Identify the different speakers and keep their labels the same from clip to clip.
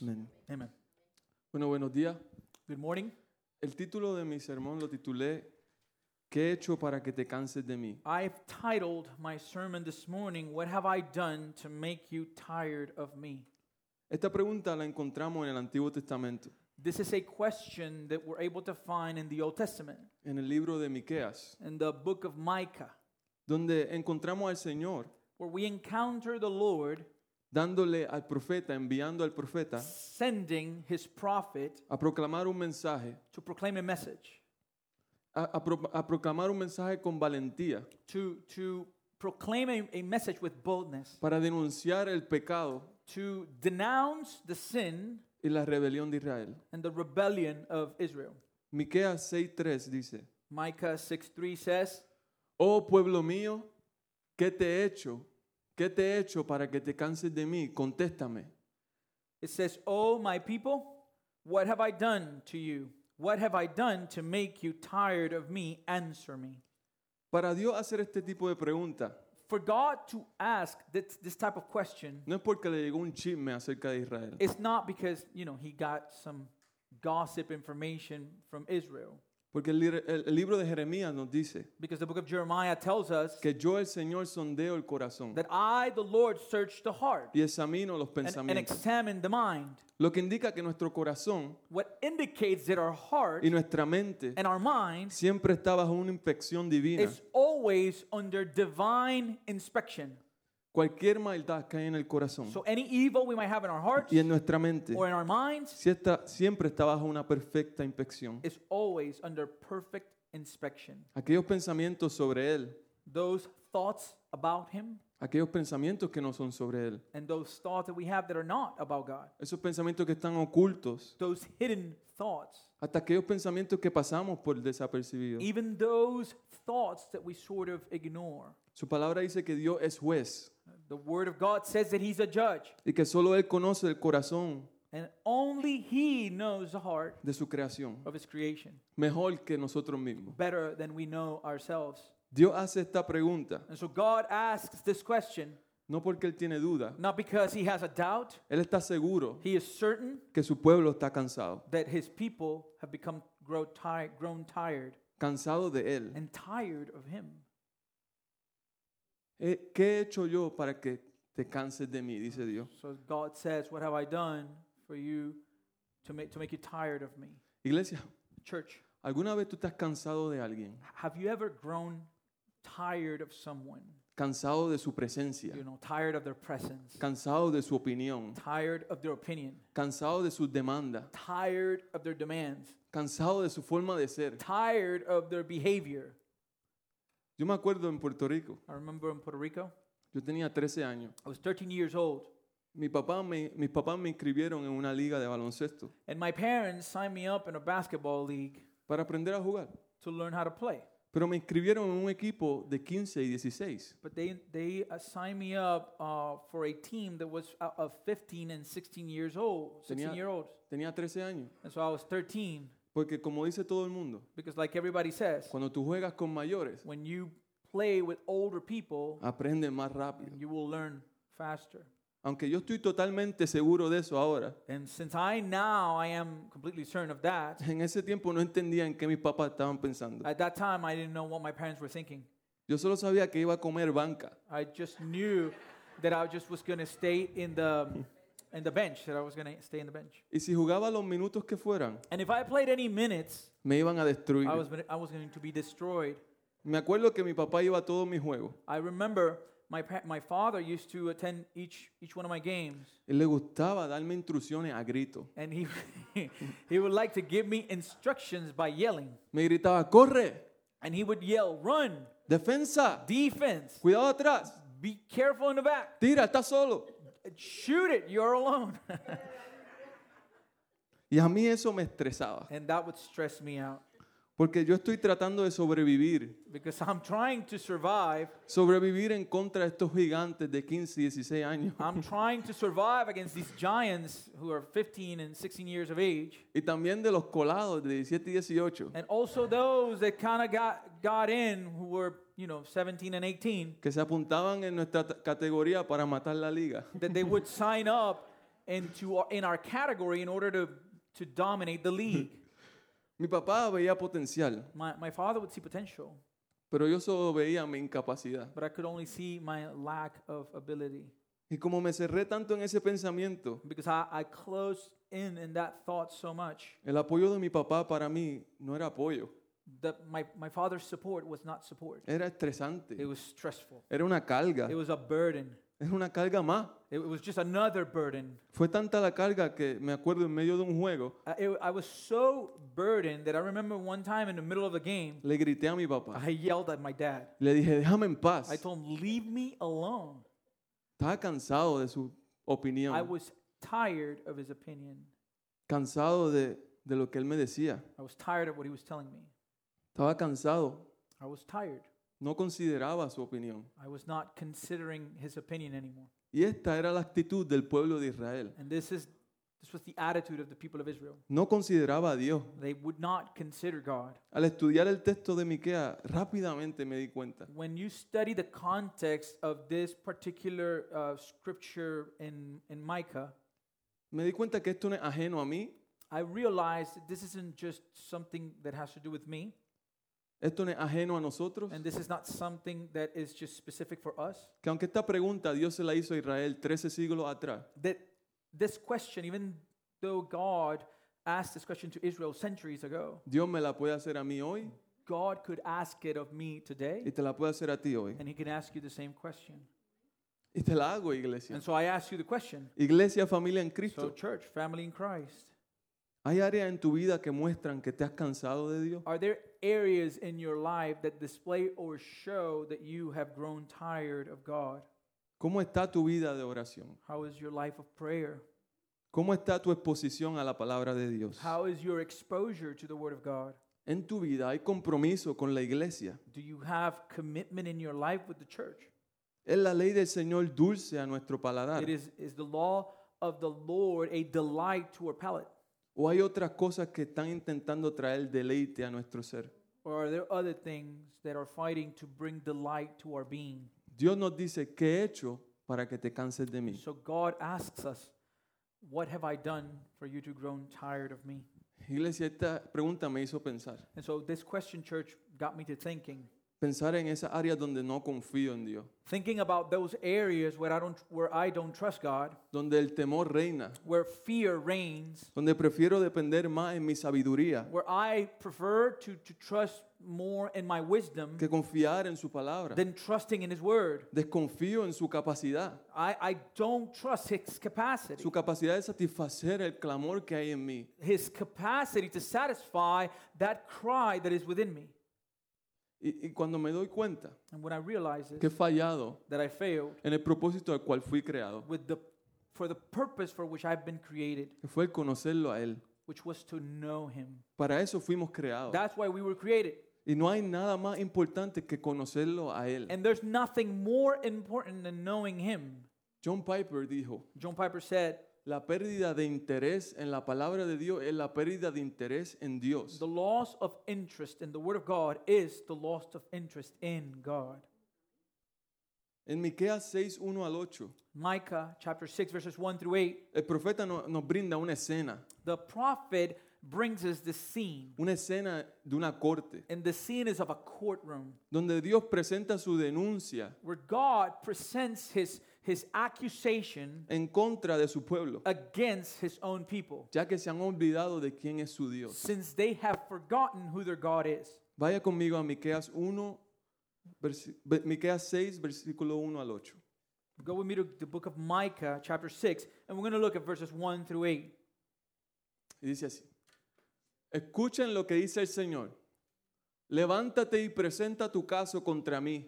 Speaker 1: Amén.
Speaker 2: Amen.
Speaker 1: Bueno, buenos días.
Speaker 2: Good morning.
Speaker 1: El título de mi sermón lo titulé ¿Qué he hecho para que te canses de mí?
Speaker 2: I've titled my sermon this morning, What Have I Done to Make You Tired of Me?
Speaker 1: Esta pregunta la encontramos en el Antiguo Testamento,
Speaker 2: This is a question that we're able to find in the Old Testament,
Speaker 1: en el libro de Miqueas,
Speaker 2: in the book of Micah,
Speaker 1: donde encontramos al Señor
Speaker 2: where we encounter the Lord
Speaker 1: dándole al profeta, enviando al profeta
Speaker 2: sending his prophet
Speaker 1: a proclamar un mensaje,
Speaker 2: to proclaim a message,
Speaker 1: a, a pro- a proclamar un mensaje con valentía
Speaker 2: to, to proclaim a, a message with boldness,
Speaker 1: para denunciar el pecado
Speaker 2: to denounce the sin
Speaker 1: y la rebelión de Israel.
Speaker 2: and the rebellion of Israel.
Speaker 1: Miqueas 6:3 dice:
Speaker 2: Micah 6 3 says,
Speaker 1: Oh pueblo mío, ¿qué te he hecho? ¿Qué te he hecho para que te canses de mí? Contéstame.
Speaker 2: It says, Oh, my people, what have I done to you? What have I done to make you tired of me? Answer me.
Speaker 1: Para Dios hacer este tipo de pregunta
Speaker 2: For God to ask this, this type of question,
Speaker 1: no es porque le llegó un chisme acerca de Israel,
Speaker 2: it's not because, you know, he got some gossip information from Israel.
Speaker 1: porque el, li- el- el libro de Jeremías nos dice
Speaker 2: Because the book of Jeremiah tells us
Speaker 1: que yo el Señor sondeo el corazón
Speaker 2: that I, the Lord, search the heart
Speaker 1: y examino los
Speaker 2: and, and
Speaker 1: pensamientos,
Speaker 2: examine the mind.
Speaker 1: lo que indica que nuestro corazón
Speaker 2: What indicates that our heart
Speaker 1: y nuestra mente
Speaker 2: and our mind
Speaker 1: siempre está bajo una inspección divina.
Speaker 2: is always under divine inspection.
Speaker 1: Cualquier maldad que hay en el corazón
Speaker 2: So any evil we might have in our hearts
Speaker 1: y en nuestra mente
Speaker 2: or in our minds
Speaker 1: si está- siempre está bajo una perfecta inspección.
Speaker 2: is always under perfect inspection.
Speaker 1: Aquellos pensamientos sobre Él,
Speaker 2: Those thoughts about Him
Speaker 1: aquellos pensamientos que no son sobre Él,
Speaker 2: and those thoughts that we have that are not about God,
Speaker 1: esos pensamientos que están ocultos
Speaker 2: those hidden thoughts,
Speaker 1: hasta aquellos pensamientos que pasamos por desapercibidos.
Speaker 2: even those thoughts that we sort of ignore.
Speaker 1: Su palabra dice que Dios es juez
Speaker 2: The Word of God says that He's a judge,
Speaker 1: y que solo Él conoce el corazón
Speaker 2: and only He knows the heart
Speaker 1: de su creación,
Speaker 2: of His creation
Speaker 1: mejor que nosotros mismos.
Speaker 2: better than we know ourselves.
Speaker 1: Dios hace esta pregunta
Speaker 2: And so God asks this question
Speaker 1: no porque Él tiene duda,
Speaker 2: not because He has a doubt,
Speaker 1: Él está seguro
Speaker 2: He is certain
Speaker 1: que su pueblo está cansado,
Speaker 2: that his people have become grow tired, grown tired
Speaker 1: cansado de Él.
Speaker 2: and tired of him.
Speaker 1: Eh, ¿Qué he hecho yo para que te canses de mí? Dice Dios.
Speaker 2: So God says, "What have I done for you to make to make you tired of me?"
Speaker 1: Iglesia,
Speaker 2: Church,
Speaker 1: ¿alguna vez tú estás cansado de alguien?
Speaker 2: have you ever grown tired of someone?
Speaker 1: Cansado de su presencia,
Speaker 2: You know, tired of their presence,
Speaker 1: cansado de su opinión,
Speaker 2: tired of their opinion,
Speaker 1: cansado de sus demandas,
Speaker 2: tired of their demands,
Speaker 1: cansado de su forma de ser.
Speaker 2: tired of their behavior.
Speaker 1: Yo me acuerdo en Puerto Rico,
Speaker 2: I remember in Puerto Rico,
Speaker 1: yo tenía 13 años.
Speaker 2: I was 13 years old,
Speaker 1: Mi papá me, mis papás me inscribieron en una liga de baloncesto
Speaker 2: and my parents signed me up in a basketball league
Speaker 1: para aprender a jugar.
Speaker 2: to learn how to play.
Speaker 1: Pero me inscribieron en un equipo de 15 y 16.
Speaker 2: But they they uh, signed me up uh, for a team that was uh, of 15 and 16 years old, 16
Speaker 1: Tenía-
Speaker 2: year olds,
Speaker 1: Tenía 13 años.
Speaker 2: and so I was 13
Speaker 1: Porque como dice todo el mundo,
Speaker 2: because, like everybody says,
Speaker 1: cuando tú juegas con mayores,
Speaker 2: when you play with older people,
Speaker 1: aprendes más rápido.
Speaker 2: you will learn faster.
Speaker 1: Aunque yo estoy totalmente seguro de eso ahora,
Speaker 2: And since I now I am completely certain of that,
Speaker 1: en ese tiempo no entendía en qué mis papás estaban pensando.
Speaker 2: at that time I didn't know what my parents were thinking.
Speaker 1: Yo solo sabía que iba a comer banca.
Speaker 2: I just knew that I just was gonna stay in the in the bench. That I was gonna stay in the bench.
Speaker 1: Y si jugaba los minutos que fueran,
Speaker 2: And if I played any minutes,
Speaker 1: me iban a destruir.
Speaker 2: I was gonna- I was going to be destroyed.
Speaker 1: Me acuerdo que mi papá iba a todos mis juegos.
Speaker 2: I remember my, pa- my father used to attend each, each one of my games,
Speaker 1: Él le gustaba darme instrucciones a grito.
Speaker 2: and he, he would like to give me instructions by yelling.
Speaker 1: Me gritaba, corre,
Speaker 2: And he would yell, run,
Speaker 1: defensa,
Speaker 2: defense,
Speaker 1: cuidado atrás,
Speaker 2: be careful in the back,
Speaker 1: tira, está solo.
Speaker 2: shoot it, you're alone.
Speaker 1: Y a mí eso me estresaba,
Speaker 2: and that would stress me out
Speaker 1: porque yo estoy tratando de sobrevivir,
Speaker 2: because I'm trying to survive.
Speaker 1: sobrevivir en contra de estos gigantes de 15 y 16 años.
Speaker 2: I'm trying to survive against these giants who are 15 and 16 years of age,
Speaker 1: Y también de los colados de 17 y 18,
Speaker 2: and also those that kind of got, got in who were, you know, 17 and 18.
Speaker 1: que se apuntaban en nuestra t- categoría para matar la liga.
Speaker 2: that they would sign up into our, in our category in order to, to dominate the league.
Speaker 1: Mi papá veía potencial,
Speaker 2: my, my father would see potential,
Speaker 1: pero yo solo veía mi incapacidad.
Speaker 2: but I could only see my lack of ability
Speaker 1: Y como me cerré tanto en ese pensamiento,
Speaker 2: because I, I closed in in that thought so much
Speaker 1: el apoyo de mi papá para mí no era apoyo,
Speaker 2: that my, my father's support was not support.
Speaker 1: era
Speaker 2: It
Speaker 1: estresante,
Speaker 2: was stressful.
Speaker 1: era una carga,
Speaker 2: It was a burden.
Speaker 1: era una carga más.
Speaker 2: It was just another burden.
Speaker 1: Fue tanta la carga que me acuerdo en medio de un juego,
Speaker 2: I, it- I was so burdened that I remember one time in the middle of a game,
Speaker 1: le grité a mi papá.
Speaker 2: I yelled at my dad.
Speaker 1: Le dije, déjame en
Speaker 2: I
Speaker 1: paz.
Speaker 2: told him, "Leave me alone."
Speaker 1: Estaba cansado de su
Speaker 2: I
Speaker 1: opinión,
Speaker 2: was tired of his opinion.
Speaker 1: cansado de, de lo que él me decía.
Speaker 2: I was tired of what he was telling me.
Speaker 1: Estaba cansado,
Speaker 2: I was tired.
Speaker 1: no consideraba su opinión.
Speaker 2: I was not considering his opinion anymore.
Speaker 1: Y esta era la actitud del pueblo de Israel.
Speaker 2: And this is this was the attitude of the people of Israel.
Speaker 1: No consideraba a Dios.
Speaker 2: They would not consider God.
Speaker 1: Al estudiar el texto de Miquea, rápidamente me di cuenta
Speaker 2: When you study the context of this particular uh, scripture in, in Micah,
Speaker 1: Me di cuenta que esto no es ajeno a mí,
Speaker 2: I realized that this isn't just something that has to do with me,
Speaker 1: esto no es ajeno a nosotros.
Speaker 2: and this is not something that is just specific for us.
Speaker 1: Que aunque esta pregunta Dios se la hizo a Israel 13 siglos atrás,
Speaker 2: That this question, even though God asked this question to Israel centuries ago,
Speaker 1: Dios me la puede hacer a mí hoy
Speaker 2: God could ask it of me today,
Speaker 1: y te la puede hacer a ti hoy.
Speaker 2: and He can ask you the same question.
Speaker 1: Y te la hago, iglesia.
Speaker 2: And so I ask you the question.
Speaker 1: Iglesia, familia en
Speaker 2: So,
Speaker 1: Cristo,
Speaker 2: church, family in Christ,
Speaker 1: ¿hay áreas en tu vida que muestran que te has cansado de Dios?
Speaker 2: are there areas in your life that display or show that you have grown tired of God?
Speaker 1: ¿Cómo está tu vida de oración?
Speaker 2: How is your life of prayer?
Speaker 1: ¿Cómo está tu exposición a la palabra de Dios?
Speaker 2: How is your exposure to the Word of God?
Speaker 1: En tu vida hay compromiso con la iglesia.
Speaker 2: Do you have commitment in your life with the church?
Speaker 1: Es la ley del Señor dulce a nuestro paladar.
Speaker 2: It is, is the law of the Lord a delight to our palate?
Speaker 1: ¿O hay otras cosas que están intentando traer deleite a nuestro ser?
Speaker 2: Or are there other things that are fighting to bring delight to our being?
Speaker 1: Dios nos dice, ¿qué he hecho para que te canses de mí?
Speaker 2: So God asks us, What have I done for you to grow tired of me?
Speaker 1: Iglesia, esta pregunta me hizo pensar.
Speaker 2: And so this question, church, got me to thinking.
Speaker 1: Pensar en esas áreas donde no confío en Dios,
Speaker 2: Thinking about those areas where I don't where I don't trust God,
Speaker 1: donde el temor reina,
Speaker 2: where fear reigns,
Speaker 1: donde prefiero depender más en mi sabiduría
Speaker 2: where I prefer to, to trust more in my wisdom
Speaker 1: que confiar en su palabra.
Speaker 2: than trusting in his word.
Speaker 1: Desconfío en su capacidad,
Speaker 2: I, I don't trust his capacity.
Speaker 1: su capacidad de satisfacer el clamor que hay en mí.
Speaker 2: His capacity to satisfy that cry that is within me.
Speaker 1: Y, y cuando me doy cuenta
Speaker 2: And when I realize this,
Speaker 1: que he fallado
Speaker 2: that I failed
Speaker 1: en el propósito al cual fui creado,
Speaker 2: with the for the purpose for which I've been created,
Speaker 1: que fue el conocerlo a Él.
Speaker 2: which was to know him.
Speaker 1: Para eso fuimos creados.
Speaker 2: That's why we were created.
Speaker 1: Y no hay nada más importante que conocerlo a Él.
Speaker 2: And there's nothing more important than knowing him.
Speaker 1: John Piper dijo,
Speaker 2: John Piper said,
Speaker 1: la pérdida de interés en la palabra de Dios es la pérdida de interés en Dios.
Speaker 2: The loss of interest in the Word of God is the loss of interest in God.
Speaker 1: En Miqueas 6, 1 al 8,
Speaker 2: Micah chapter 6, verses 1 through 8.
Speaker 1: el profeta no- nos brinda una escena,
Speaker 2: The prophet brings us the scene,
Speaker 1: una escena de una corte,
Speaker 2: and the scene is of a courtroom
Speaker 1: donde Dios presenta su denuncia
Speaker 2: where God presents his, his accusation
Speaker 1: en contra de su pueblo,
Speaker 2: against his own people,
Speaker 1: ya que se han olvidado de quién es su Dios.
Speaker 2: since they have forgotten who their God is.
Speaker 1: Vaya conmigo a Miqueas 1, versi- ve- Miqueas 6, versículo 1 al 8.
Speaker 2: Go with me to the book of Micah, chapter 6, and we're going to look at verses 1 through 8.
Speaker 1: Y dice así, escuchen lo que dice el Señor. Levántate y presenta tu caso contra mí,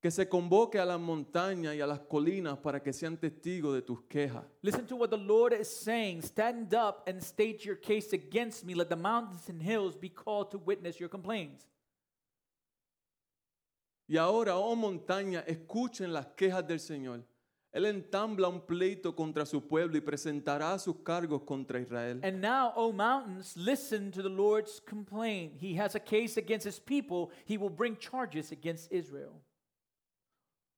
Speaker 1: que se convoque a las montañas y a las colinas para que sean testigos de tus quejas.
Speaker 2: Listen to what the Lord is saying. Stand up and state your case against me. Let the mountains and hills be called to witness your complaints.
Speaker 1: Y ahora, oh montaña, escuchen las quejas del Señor. Él entambla un pleito contra su pueblo y presentará sus cargos contra Israel.
Speaker 2: And now, O mountains, listen to the Lord's complaint. He has a case against his people, he will bring charges against Israel.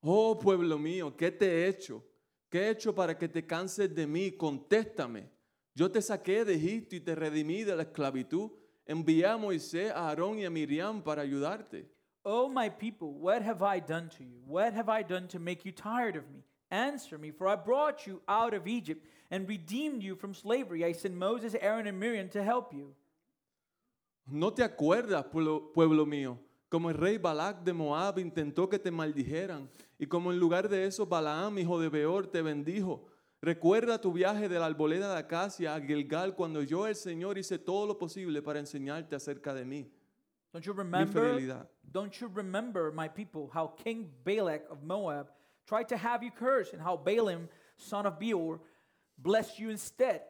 Speaker 1: Oh pueblo mío, ¿qué te he hecho? ¿Qué he hecho para que te canses de mí? Contéstame. Yo te saqué de Egipto y te redimí de la esclavitud. Envié a Moisés, a Aarón y a Miriam para ayudarte.
Speaker 2: O Oh, my people, what have I done to you? What have I done to make you tired of me? Answer me, for I brought you out of Egypt and redeemed you from slavery. I sent Moses, Aaron, and Miriam to help you.
Speaker 1: ¿No te acuerdas, pueblo, pueblo mío, como el rey Balac de Moab intentó que te maldijeran y como en lugar de eso Balaam, hijo de Beor, te bendijo? Recuerda tu viaje de la arboleda de Acacia a Gilgal cuando yo, el Señor, hice todo lo posible para enseñarte acerca de mí.
Speaker 2: Don't you
Speaker 1: Mi
Speaker 2: remember?
Speaker 1: fidelidad.
Speaker 2: Don't you remember, my people, how King Balak of Moab tried to have you cursed, and how Balaam, son of Beor, blessed you instead?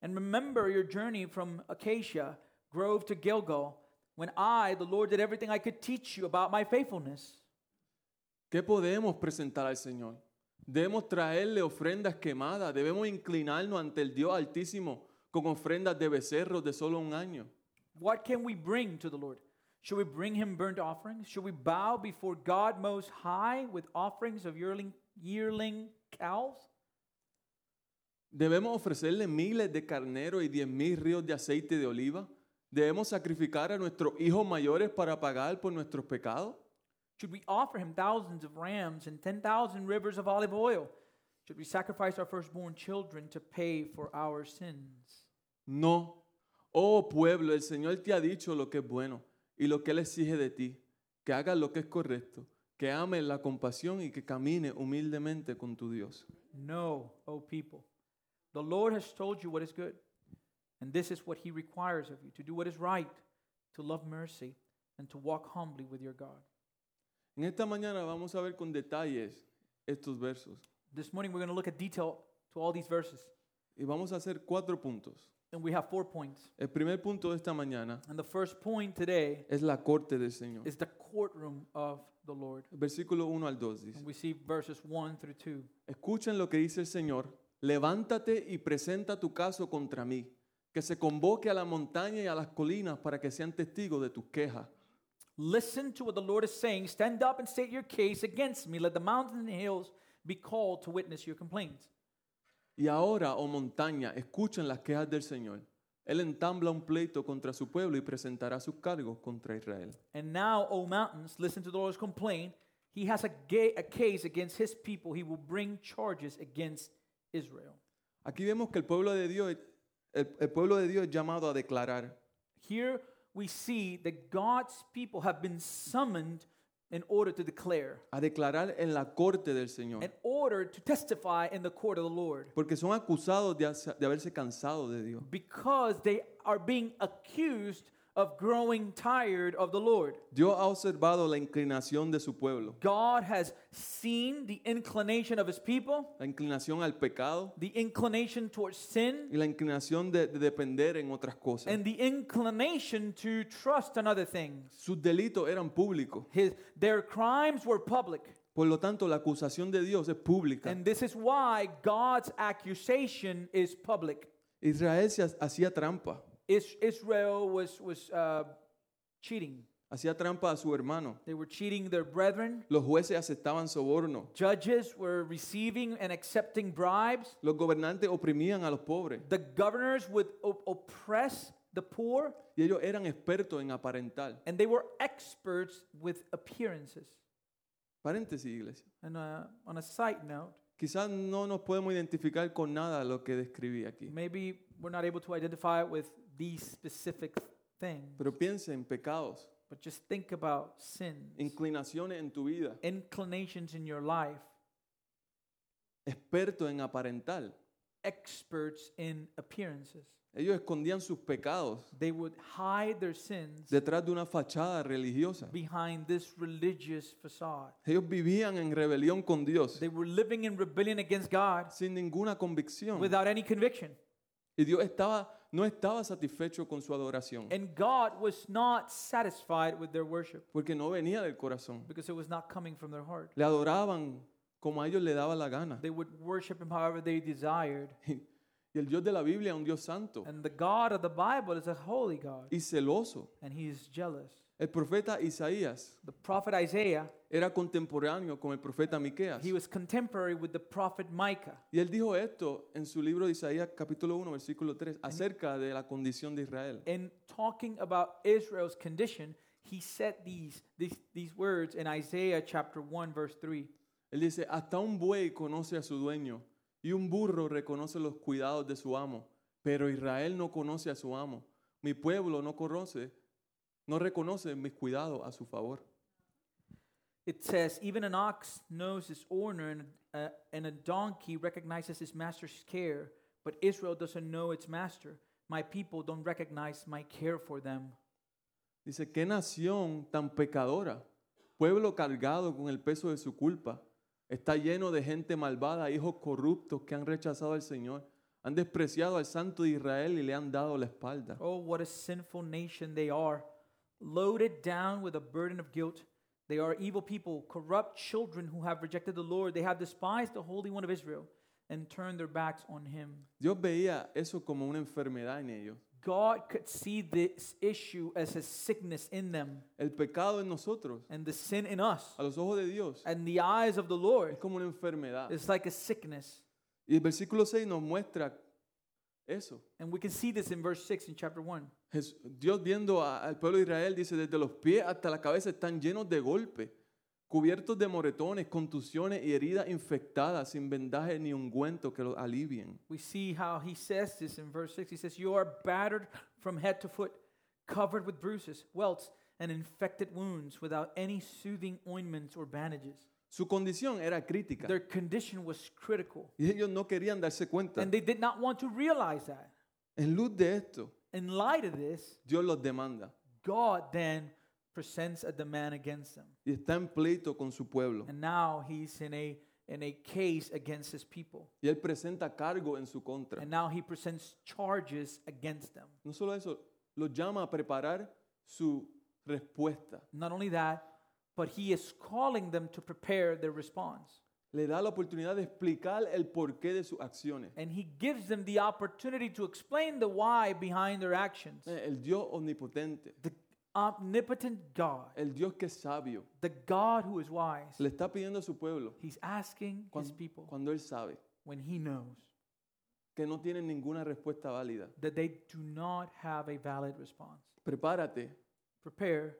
Speaker 2: And remember your journey from Acacia Grove to Gilgal, when I, the Lord, did everything I could teach you about my faithfulness.
Speaker 1: ¿Qué podemos presentar al Señor? Debemos traerle ofrendas quemadas, debemos inclinarnos ante el Dios Altísimo con ofrendas de becerros de solo un año.
Speaker 2: What can we bring to the Lord? Should we bring him burnt offerings? Should we bow before God Most High with offerings of yearling, yearling cows?
Speaker 1: Debemos ofrecerle miles de carneros y diez mil ríos de aceite de oliva. Debemos sacrificar a nuestros hijos mayores para pagar por nuestros pecados.
Speaker 2: Should we offer him thousands of rams and 10,000 rivers of olive oil? Should we sacrifice our firstborn children to pay for our sins?
Speaker 1: No. Oh pueblo, el Señor te ha dicho lo que es bueno y lo que Él exige de ti, que hagas lo que es correcto, que ames la compasión y que camine humildemente con tu Dios.
Speaker 2: No, O people. The Lord has told you what is good, and this is what he requires of you to do what is right, to love mercy, and to walk humbly with your God.
Speaker 1: En esta mañana vamos a ver con detalles estos versos
Speaker 2: This morning we're going to look at detail to all these verses,
Speaker 1: y vamos a hacer cuatro puntos.
Speaker 2: and we have four points.
Speaker 1: El primer punto de esta mañana
Speaker 2: And the first point today
Speaker 1: es la corte del Señor.
Speaker 2: is the courtroom of the Lord.
Speaker 1: Versículo 1 al 2 dice.
Speaker 2: And we see verses 1 through 2.
Speaker 1: Escuchen lo que dice el Señor. Levántate y presenta tu caso contra mí. Que se convoque a la montaña y a las colinas para que sean testigos de tus quejas.
Speaker 2: Listen to what the Lord is saying. Stand up and state your case against me. Let the mountains and hills be called to witness your complaints.
Speaker 1: Y ahora, oh montaña, escuchen las quejas del Señor. Él entambla un pleito contra su pueblo y presentará sus cargos contra Israel.
Speaker 2: And now, O mountains, listen to the Lord's complaint. He has a, ga- a case against his people. He will bring charges against Israel.
Speaker 1: Aquí vemos que el pueblo de Dios, el, el pueblo de Dios es llamado a declarar.
Speaker 2: Here we see that God's people have been summoned in order to declare,
Speaker 1: a declarar en la corte del Señor,
Speaker 2: in order to testify in the court of the Lord,
Speaker 1: porque son acusados de, hace- de haberse cansado de Dios.
Speaker 2: because they are being accused of growing tired of the Lord.
Speaker 1: Dios ha observado la inclinación de su pueblo,
Speaker 2: God has seen the inclination of his people,
Speaker 1: la inclinación al pecado
Speaker 2: the inclination towards sin,
Speaker 1: y la inclinación de, de depender en otras cosas.
Speaker 2: and the inclination to trust in other things.
Speaker 1: Sus delitos eran públicos,
Speaker 2: His, their crimes were public,
Speaker 1: por lo tanto la acusación de Dios es pública.
Speaker 2: and this is why God's accusation is public.
Speaker 1: Israel se ha- hacía trampa,
Speaker 2: Is, Israel was, was uh, cheating,
Speaker 1: hacía trampa a su hermano.
Speaker 2: they were cheating their brethren.
Speaker 1: Los jueces aceptaban soborno,
Speaker 2: Judges were receiving and accepting bribes.
Speaker 1: los gobernantes oprimían a los pobres
Speaker 2: The governors would op- oppress the poor.
Speaker 1: y ellos eran expertos en aparentar.
Speaker 2: and they were experts with appearances.
Speaker 1: Paréntesis, iglesia.
Speaker 2: And uh, on a side note,
Speaker 1: Quizás no nos podemos identificar con nada de lo que describí aquí,
Speaker 2: maybe we're not able to identify with these specific things,
Speaker 1: pero piensa en pecados,
Speaker 2: but just think about sins,
Speaker 1: inclinaciones en tu vida,
Speaker 2: inclinations in your life,
Speaker 1: expertos en aparentar.
Speaker 2: experts in appearances.
Speaker 1: Ellos escondían sus pecados
Speaker 2: They would hide their sins
Speaker 1: detrás de una fachada religiosa.
Speaker 2: behind this religious facade.
Speaker 1: Ellos vivían en rebelión con Dios,
Speaker 2: They were living in rebellion against God
Speaker 1: sin ninguna convicción.
Speaker 2: without any conviction.
Speaker 1: Y Dios estaba, no estaba satisfecho con su adoración,
Speaker 2: And God was not satisfied with their worship
Speaker 1: porque no venía del corazón.
Speaker 2: because it was not coming from their heart.
Speaker 1: Le adoraban como a ellos les daba la gana.
Speaker 2: They would worship him however they desired.
Speaker 1: Y el Dios de la Biblia es un Dios santo
Speaker 2: And the God of the Bible is a holy God,
Speaker 1: y celoso.
Speaker 2: and he is jealous.
Speaker 1: El profeta Isaías
Speaker 2: The prophet Isaiah,
Speaker 1: era contemporáneo con el profeta Miqueas.
Speaker 2: he was contemporary with the prophet Micah.
Speaker 1: Y él dijo esto en su libro de Isaías capítulo 1 versículo 3 acerca de la condición de Israel.
Speaker 2: In talking about Israel's condition, he said these, these, these words in Isaiah chapter 1, verse 3.
Speaker 1: Él dice, hasta un buey conoce a su dueño y un burro reconoce los cuidados de su amo, pero Israel no conoce a su amo. Mi pueblo no conoce, no reconoce mis cuidados a su favor.
Speaker 2: It says, Even an ox knows his owner, and a, and a donkey recognizes his master's care, but Israel doesn't know its master. My people don't recognize my care for them.
Speaker 1: Dice, qué nación tan pecadora, pueblo cargado con el peso de su culpa, está lleno de gente malvada, hijos corruptos que han rechazado al Señor, han despreciado al Santo de Israel y le han dado la espalda.
Speaker 2: Oh, what a sinful nation they are, loaded down with a burden of guilt. They are evil people, corrupt children who have rejected the Lord. They have despised the Holy One of Israel and turned their backs on him.
Speaker 1: Dios veía eso como una enfermedad en ellos.
Speaker 2: God could see this issue as a sickness in them
Speaker 1: El pecado en nosotros,
Speaker 2: and the sin in us.
Speaker 1: a los ojos de Dios,
Speaker 2: And the eyes of the Lord
Speaker 1: es como una enfermedad.
Speaker 2: is like a sickness.
Speaker 1: Y el versículo 6 nos muestra eso.
Speaker 2: And we can see this in verse 6 in chapter 1.
Speaker 1: Jes- Dios viendo a- al pueblo de Israel dice, desde los pies hasta la cabeza están llenos de golpes, cubiertos de moretones, contusiones y heridas infectadas, sin vendaje ni ungüento que los alivien.
Speaker 2: We see how he says this in verse 6. He says, You are battered from head to foot, covered with bruises, welts, and infected wounds without any soothing ointments or bandages.
Speaker 1: Su condición era crítica
Speaker 2: Their condition was critical,
Speaker 1: y ellos no querían darse cuenta.
Speaker 2: and they did not want to realize that.
Speaker 1: En luz de esto,
Speaker 2: In light of this,
Speaker 1: Dios los demanda
Speaker 2: God then presents a demand against them.
Speaker 1: y está en pleito con su pueblo.
Speaker 2: And now he's in a, in a case against his people.
Speaker 1: Y él presenta cargo en su contra.
Speaker 2: And now he presents charges against them.
Speaker 1: No solo eso, los llama a preparar su respuesta.
Speaker 2: Not only that, but he is calling them to prepare their response.
Speaker 1: Le da la oportunidad de explicar el porqué de sus acciones.
Speaker 2: And he gives them the opportunity to explain the why behind their actions.
Speaker 1: Eh, El Dios omnipotente,
Speaker 2: The omnipotent God,
Speaker 1: el Dios que es sabio,
Speaker 2: the God who is wise,
Speaker 1: le está pidiendo a su pueblo,
Speaker 2: he's asking his
Speaker 1: cuan- cuando,
Speaker 2: people
Speaker 1: él sabe
Speaker 2: when he knows
Speaker 1: que no tienen ninguna respuesta válida.
Speaker 2: that they do not have a valid response.
Speaker 1: Prepárate
Speaker 2: Prepare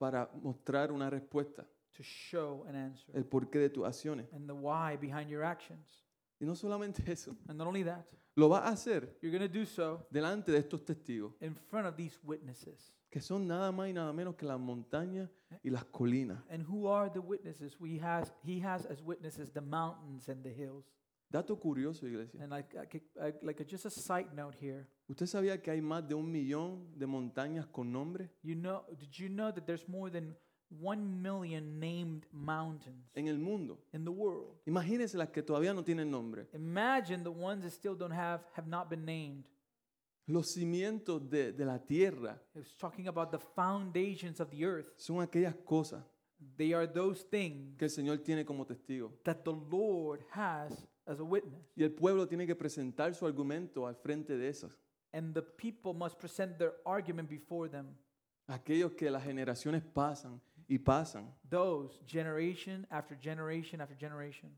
Speaker 1: para mostrar una respuesta,
Speaker 2: to show an answer
Speaker 1: el porqué de tus acciones.
Speaker 2: and the why behind your actions.
Speaker 1: Y no solamente eso,
Speaker 2: And not only that,
Speaker 1: lo vas a hacer
Speaker 2: you're going to do so
Speaker 1: delante de estos testigos,
Speaker 2: in front of these witnesses.
Speaker 1: que son nada más y nada menos que las montañas y las colinas.
Speaker 2: And who are the witnesses? We has, he has as witnesses the mountains and the hills.
Speaker 1: Dato curioso, iglesia.
Speaker 2: And like, like, like, like a- just a side note here,
Speaker 1: ¿Usted sabía que hay más de un millón de montañas con nombre?
Speaker 2: you know, did you know that there's more than one million named mountains
Speaker 1: en el mundo.
Speaker 2: in the world?
Speaker 1: Imagínense las que todavía no tienen nombre.
Speaker 2: Imagine the ones that still don't have have not been named.
Speaker 1: Los cimientos de, de la tierra
Speaker 2: It was talking about the foundations of the earth.
Speaker 1: son aquellas cosas
Speaker 2: They are those things
Speaker 1: que el Señor tiene como testigo.
Speaker 2: that the Lord has as a witness,
Speaker 1: Y el pueblo tiene que presentar su argumento al frente de esas.
Speaker 2: and the people must present their argument before them.
Speaker 1: Aquellos que las generaciones pasan y pasan.
Speaker 2: Those generation after generation after generation.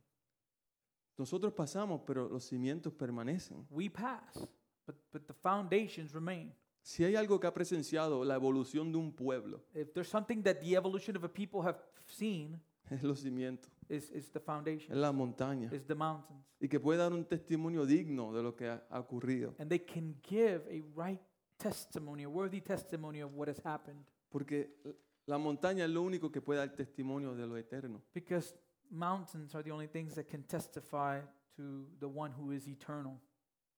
Speaker 1: Nosotros pasamos, pero los cimientos permanecen.
Speaker 2: we pass, but, but the foundations remain.
Speaker 1: Si hay algo que ha presenciado la evolución de un pueblo,
Speaker 2: If there's something that the evolution of a people have seen,
Speaker 1: es los cimientos,
Speaker 2: is, is the
Speaker 1: es
Speaker 2: foundation,
Speaker 1: las montañas.
Speaker 2: is the mountains.
Speaker 1: Y que puede dar un testimonio digno de lo que ha ha ocurrido.
Speaker 2: And they can give a right testimony, a worthy testimony of what has happened.
Speaker 1: Porque la montaña es lo único que puede dar testimonio de lo eterno.
Speaker 2: Because mountains are the only things that can testify to the one who is eternal.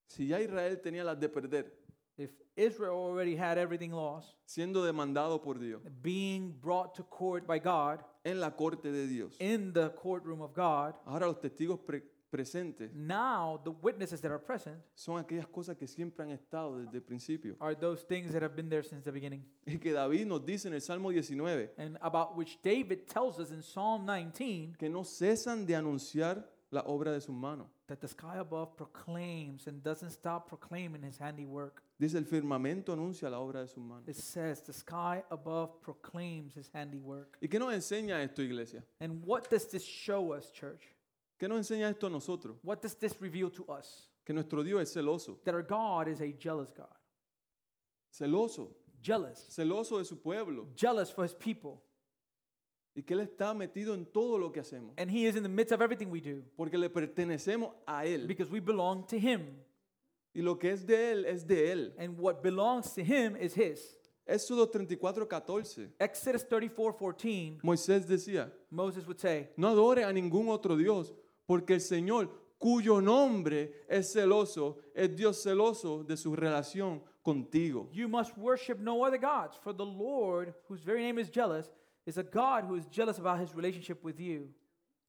Speaker 1: Si ya Israel tenía las de perder,
Speaker 2: If Israel already had everything lost,
Speaker 1: siendo demandado por Dios,
Speaker 2: being brought to court by God,
Speaker 1: en la corte de Dios,
Speaker 2: in the courtroom of God,
Speaker 1: ahora los testigos pre- presentes
Speaker 2: now the witnesses that are present
Speaker 1: son aquellas cosas que siempre han estado desde el principio.
Speaker 2: are those things that have been there since the beginning.
Speaker 1: Y que David nos dice en el Salmo 19,
Speaker 2: and about which David tells us in Psalm 19
Speaker 1: que no cesan de anunciar la obra de sus manos.
Speaker 2: that the sky above proclaims and doesn't stop proclaiming his handiwork.
Speaker 1: Dice, el firmamento anuncia la obra de sus manos.
Speaker 2: It says, the sky above proclaims his handiwork.
Speaker 1: ¿Y qué nos enseña esto, iglesia?
Speaker 2: And what does this show us, church?
Speaker 1: ¿Qué nos enseña esto a nosotros?
Speaker 2: What does this reveal to us?
Speaker 1: Que nuestro Dios es celoso.
Speaker 2: That our God is a jealous God.
Speaker 1: Celoso.
Speaker 2: Jealous.
Speaker 1: Celoso de su pueblo.
Speaker 2: Jealous for his people.
Speaker 1: Y que Él está metido en todo lo que hacemos.
Speaker 2: And he is in the midst of everything we do
Speaker 1: Porque le pertenecemos a Él.
Speaker 2: because we belong to him.
Speaker 1: Y lo que es de Él es de Él.
Speaker 2: And what belongs to him is his.
Speaker 1: Éxodo 34, 14.
Speaker 2: Exodus 34 14,
Speaker 1: Moisés decía,
Speaker 2: Moses would say,
Speaker 1: no adore a ningún otro Dios, porque el Señor, cuyo nombre es celoso, es Dios celoso de su relación contigo.
Speaker 2: You must worship no other gods, for the Lord, whose very name is jealous, is a God who is jealous about his relationship with you.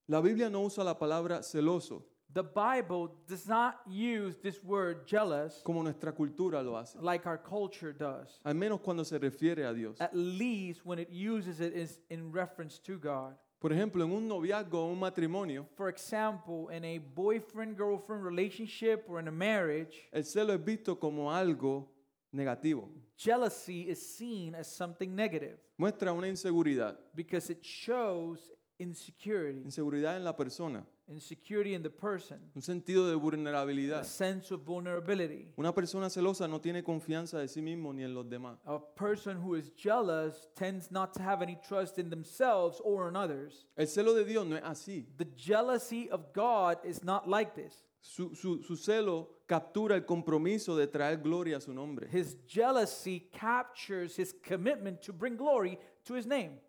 Speaker 1: La Biblia no usa la palabra celoso
Speaker 2: The Bible does not use this word jealous
Speaker 1: como nuestra cultura lo hace,
Speaker 2: like our culture does,
Speaker 1: al menos cuando se refiere a Dios.
Speaker 2: at least when it uses it is in reference to God.
Speaker 1: Por ejemplo, en un noviazgo o un matrimonio,
Speaker 2: For example, in a boyfriend girlfriend relationship or in a marriage,
Speaker 1: el celo es visto como algo negativo.
Speaker 2: jealousy is seen as something negative
Speaker 1: Muestra una inseguridad,
Speaker 2: because it shows insecurity,
Speaker 1: inseguridad en la persona,
Speaker 2: insecurity in the person,
Speaker 1: un sentido de
Speaker 2: a
Speaker 1: vulnerabilidad.
Speaker 2: sense of vulnerability.
Speaker 1: Una persona celosa no tiene confianza de sí mismo ni en los demás.
Speaker 2: A person who is jealous tends not to have any trust in themselves or in others.
Speaker 1: El celo de Dios no es así.
Speaker 2: The jealousy of God is not like this.
Speaker 1: Su, su- su celo captura el compromiso de traer gloria a su nombre.
Speaker 2: His jealousy captures his commitment to bring glory to his name.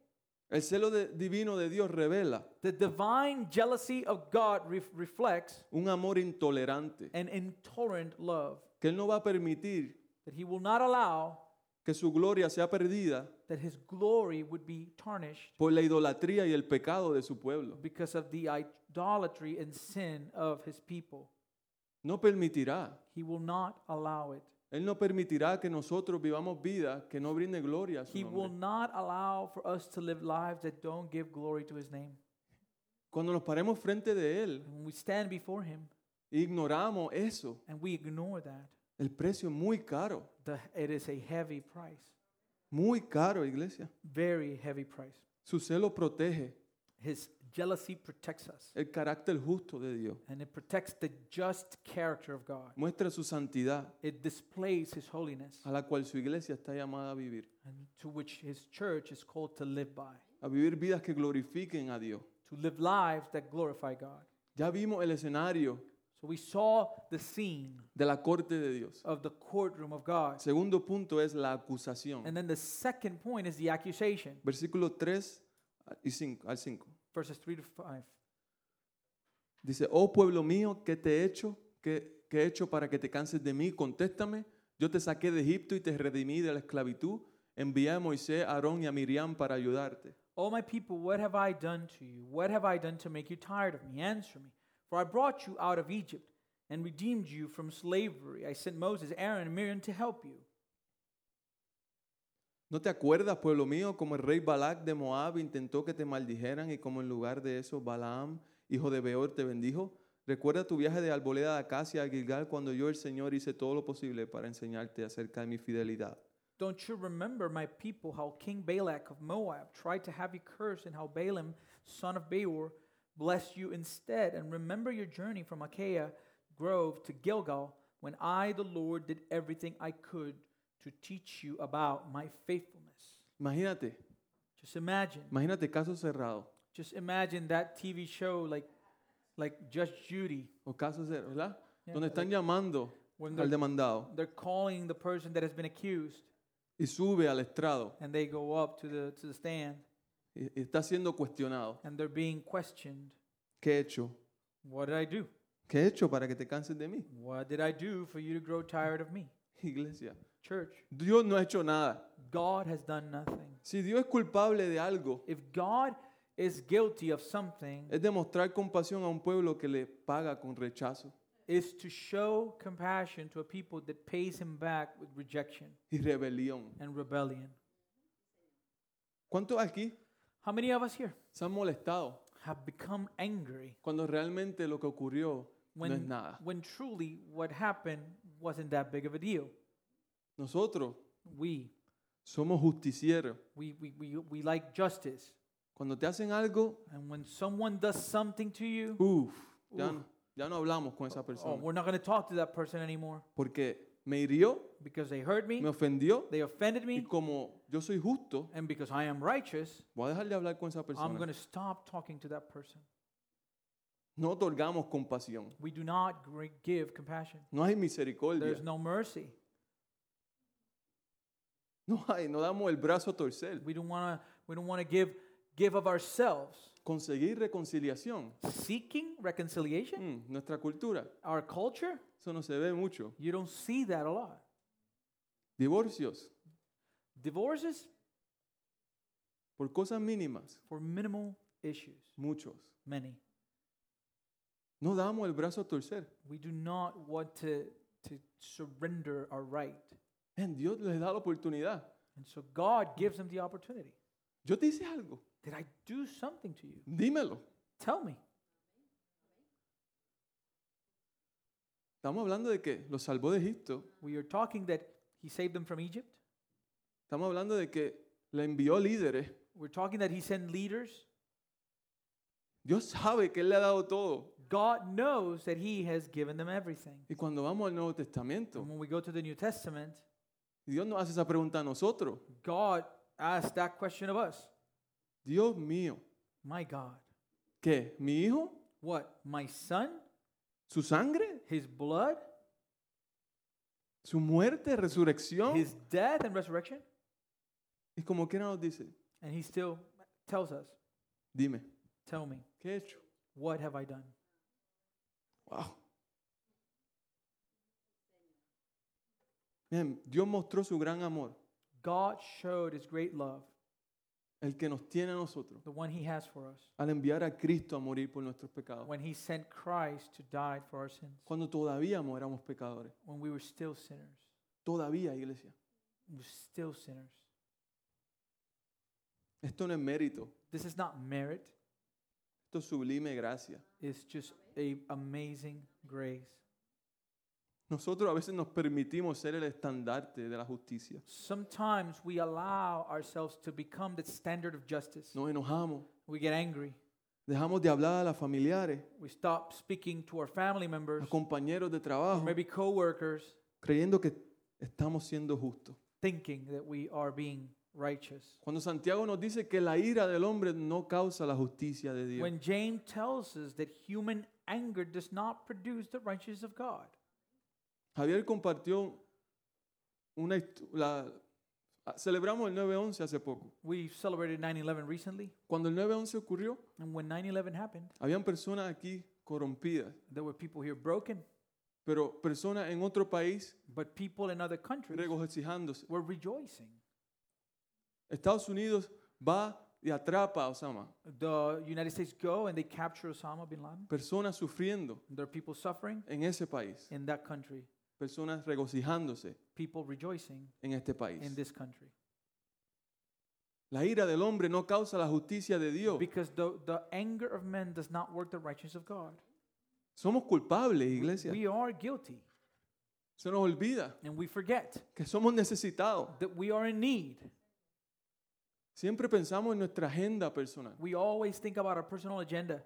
Speaker 1: El celo de- divino de Dios revela
Speaker 2: The divine jealousy of God ref- reflects
Speaker 1: un amor intolerante
Speaker 2: an intolerant love
Speaker 1: que Él no va a permitir
Speaker 2: that he will not allow
Speaker 1: que su gloria sea perdida
Speaker 2: that his glory would be tarnished
Speaker 1: por la idolatría y el pecado de su pueblo.
Speaker 2: because of the idolatry and sin of his people.
Speaker 1: No permitirá.
Speaker 2: He will not allow it.
Speaker 1: Él no permitirá que nosotros vivamos vidas que no brinde gloria a su
Speaker 2: He will
Speaker 1: nombre.
Speaker 2: not allow for us to live lives that don't give glory to His name.
Speaker 1: Cuando nos paremos frente de Él
Speaker 2: And when we stand before Him
Speaker 1: e ignoramos eso,
Speaker 2: and we ignore that,
Speaker 1: el precio es muy caro.
Speaker 2: the, it is a heavy price,
Speaker 1: Muy caro, iglesia.
Speaker 2: very heavy price.
Speaker 1: Su celo protege
Speaker 2: His jealousy protects us,
Speaker 1: el carácter justo de Dios.
Speaker 2: and it protects the just character of God.
Speaker 1: Muestra su santidad
Speaker 2: It displays His holiness,
Speaker 1: a la cual su iglesia está llamada a vivir.
Speaker 2: and to which His church is called to live by,
Speaker 1: A vivir vidas que glorifiquen a Dios.
Speaker 2: to live lives that glorify God.
Speaker 1: Ya vimos el escenario
Speaker 2: So we saw the scene
Speaker 1: de la corte de Dios.
Speaker 2: of the courtroom of God.
Speaker 1: Segundo punto es la acusación.
Speaker 2: And then the second point is the accusation.
Speaker 1: Versículo 3 y 5, al 5.
Speaker 2: verses 3 to 5.
Speaker 1: Dice, oh pueblo mío, ¿qué te he hecho? ¿Qué, qué he hecho para que te canses de mí? Contéstame. Yo te saqué de Egipto y te redimí de la esclavitud. Envié a Moisés, a Aarón y a Miriam para ayudarte.
Speaker 2: O Oh, my people, what have I done to you? What have I done to make you tired of me? Answer me. For I brought you out of Egypt and redeemed you from slavery. I sent Moses, Aaron, and Miriam to help you.
Speaker 1: ¿No te acuerdas, pueblo mío, como el rey Balac de Moab intentó que te maldijeran y como en lugar de eso Balaam, hijo de Beor, te bendijo? Recuerda tu viaje de Arboleda a Acacia a Gilgal cuando yo, el Señor, hice todo lo posible para enseñarte acerca de mi fidelidad.
Speaker 2: Don't you remember, my people, how King Balak of Moab tried to have you cursed, and how Balaam, son of Beor, blessed you instead? And remember your journey from Achaia Grove to Gilgal, when I, the Lord, did everything I could to teach you about my faithfulness.
Speaker 1: Imagínate,
Speaker 2: Just imagine.
Speaker 1: imagínate caso cerrado
Speaker 2: Just imagine that TV show like like Judge Judy.
Speaker 1: o caso cerrado, ¿verdad?
Speaker 2: Yeah,
Speaker 1: Donde están llamando
Speaker 2: When
Speaker 1: al
Speaker 2: they're,
Speaker 1: demandado
Speaker 2: they're calling the person that has been accused
Speaker 1: y sube al estrado
Speaker 2: and they go up to the to the stand
Speaker 1: y, y está siendo cuestionado.
Speaker 2: and they're being questioned.
Speaker 1: ¿Qué he hecho?
Speaker 2: What did I do?
Speaker 1: ¿Qué he hecho para que te canses de mí?
Speaker 2: What did I do for you to grow tired of me?
Speaker 1: Iglesia,
Speaker 2: Church,
Speaker 1: Dios no ha hecho nada.
Speaker 2: God has done nothing.
Speaker 1: Si Dios es culpable de algo,
Speaker 2: If God is guilty of something,
Speaker 1: es demostrar compasión a un pueblo que le paga con rechazo
Speaker 2: is to show compassion to a people that pays him back with rejection
Speaker 1: y rebelión.
Speaker 2: and rebellion.
Speaker 1: ¿Cuántos aquí
Speaker 2: How many of us here
Speaker 1: se han molestado
Speaker 2: have become angry
Speaker 1: cuando realmente lo que ocurrió no es
Speaker 2: when,
Speaker 1: nada.
Speaker 2: when truly what happened wasn't that big of a deal.
Speaker 1: Nosotros
Speaker 2: We,
Speaker 1: somos justicieros.
Speaker 2: we, we, we, we like justice.
Speaker 1: Cuando te hacen algo,
Speaker 2: And when someone does something to you,
Speaker 1: uff, ya,
Speaker 2: Uf.
Speaker 1: no- ya no hablamos con esa
Speaker 2: oh,
Speaker 1: persona.
Speaker 2: we're not going to talk to that person anymore
Speaker 1: Porque me hirió,
Speaker 2: because they hurt me,
Speaker 1: me ofendió.
Speaker 2: they offended
Speaker 1: Y
Speaker 2: me,
Speaker 1: como yo soy justo,
Speaker 2: and because I am righteous,
Speaker 1: voy a dejar de hablar con esa
Speaker 2: I'm
Speaker 1: persona.
Speaker 2: going to stop talking to that person.
Speaker 1: No otorgamos compasión.
Speaker 2: We do not gr- give compassion.
Speaker 1: No hay misericordia.
Speaker 2: There's no mercy.
Speaker 1: No hay, no damos el brazo a torcer.
Speaker 2: We don't want to we don't want to give give of ourselves.
Speaker 1: Conseguir reconciliación.
Speaker 2: Seeking reconciliation,
Speaker 1: Mm, nuestra cultura,
Speaker 2: our culture,
Speaker 1: eso no se ve mucho.
Speaker 2: you don't see that a lot.
Speaker 1: Divorcios
Speaker 2: Divorces
Speaker 1: por cosas mínimas,
Speaker 2: for minimal issues,
Speaker 1: muchos.
Speaker 2: many.
Speaker 1: No damos el brazo a torcer.
Speaker 2: We do not want to to surrender our right.
Speaker 1: En Dios les da la oportunidad.
Speaker 2: And so God gives them the opportunity.
Speaker 1: Yo te hice algo,
Speaker 2: Did I do something to you?
Speaker 1: dímelo.
Speaker 2: Tell me.
Speaker 1: Estamos hablando de que los salvó de Egipto.
Speaker 2: We are talking that he saved them from Egypt.
Speaker 1: Estamos hablando de que le envió líderes.
Speaker 2: We're talking that he sent leaders.
Speaker 1: Dios sabe que Él le ha dado todo.
Speaker 2: God knows that he has given them everything.
Speaker 1: Y cuando vamos al Nuevo
Speaker 2: And
Speaker 1: Testamento,
Speaker 2: when we go to the New Testament,
Speaker 1: Dios nos hace esa pregunta a nosotros.
Speaker 2: God asked that question of us.
Speaker 1: Dios mío,
Speaker 2: My God,
Speaker 1: ¿qué? ¿Mi hijo?
Speaker 2: what? My son?
Speaker 1: ¿Su sangre?
Speaker 2: His blood?
Speaker 1: ¿Su muerte? ¿Resurrección?
Speaker 2: His death and resurrection?
Speaker 1: Y como quiera nos dice,
Speaker 2: And he still tells us,
Speaker 1: dime,
Speaker 2: Tell me,
Speaker 1: ¿qué he hecho?
Speaker 2: what have I done?
Speaker 1: Wow. Miren, Dios mostró su gran amor,
Speaker 2: God showed his great love,
Speaker 1: el que nos tiene a nosotros,
Speaker 2: the one he has for us,
Speaker 1: al enviar a Cristo a morir por nuestros pecados,
Speaker 2: when he sent Christ to die for our sins,
Speaker 1: cuando todavía no éramos pecadores,
Speaker 2: when we were still sinners.
Speaker 1: todavía, iglesia.
Speaker 2: We were still sinners.
Speaker 1: Esto no es mérito,
Speaker 2: This is not merit,
Speaker 1: esto es sublime gracia.
Speaker 2: it's just a amazing grace.
Speaker 1: Nosotros a veces nos permitimos ser el estandarte de la justicia.
Speaker 2: Sometimes we allow ourselves to become the standard of justice.
Speaker 1: Nos enojamos,
Speaker 2: We get angry.
Speaker 1: dejamos de hablar a las familiares,
Speaker 2: We stop speaking to our family
Speaker 1: a
Speaker 2: members,
Speaker 1: compañeros de
Speaker 2: or
Speaker 1: trabajo,
Speaker 2: maybe coworkers,
Speaker 1: creyendo que estamos siendo justos.
Speaker 2: thinking that we are being righteous.
Speaker 1: Cuando Santiago nos dice que la ira del hombre no causa la justicia de Dios.
Speaker 2: When James tells us that human anger does not produce the righteousness of God.
Speaker 1: Javier compartió una hist- la ah, celebramos el 9/11 hace poco.
Speaker 2: We celebrated 9/11 recently,
Speaker 1: Cuando el 9/11 ocurrió,
Speaker 2: and when 9/11 happened,
Speaker 1: habían personas aquí corrompidas,
Speaker 2: there were people here broken,
Speaker 1: pero personas en otro país
Speaker 2: but people in other countries
Speaker 1: regocijándose.
Speaker 2: were rejoicing.
Speaker 1: Estados Unidos va y atrapa a Osama.
Speaker 2: The United States go and they capture Osama bin Laden.
Speaker 1: Personas sufriendo
Speaker 2: There are people suffering
Speaker 1: en ese país,
Speaker 2: in that country,
Speaker 1: personas regocijándose
Speaker 2: people rejoicing
Speaker 1: en este
Speaker 2: in
Speaker 1: país.
Speaker 2: this country.
Speaker 1: La ira del hombre no causa la justicia de Dios.
Speaker 2: Because the, the anger of men does not work the righteousness of God.
Speaker 1: Somos culpables, iglesia.
Speaker 2: We are guilty
Speaker 1: Se nos olvida
Speaker 2: and we forget
Speaker 1: que somos necesitados.
Speaker 2: that we are in need.
Speaker 1: Siempre pensamos en nuestra agenda personal
Speaker 2: We always think about our personal agenda.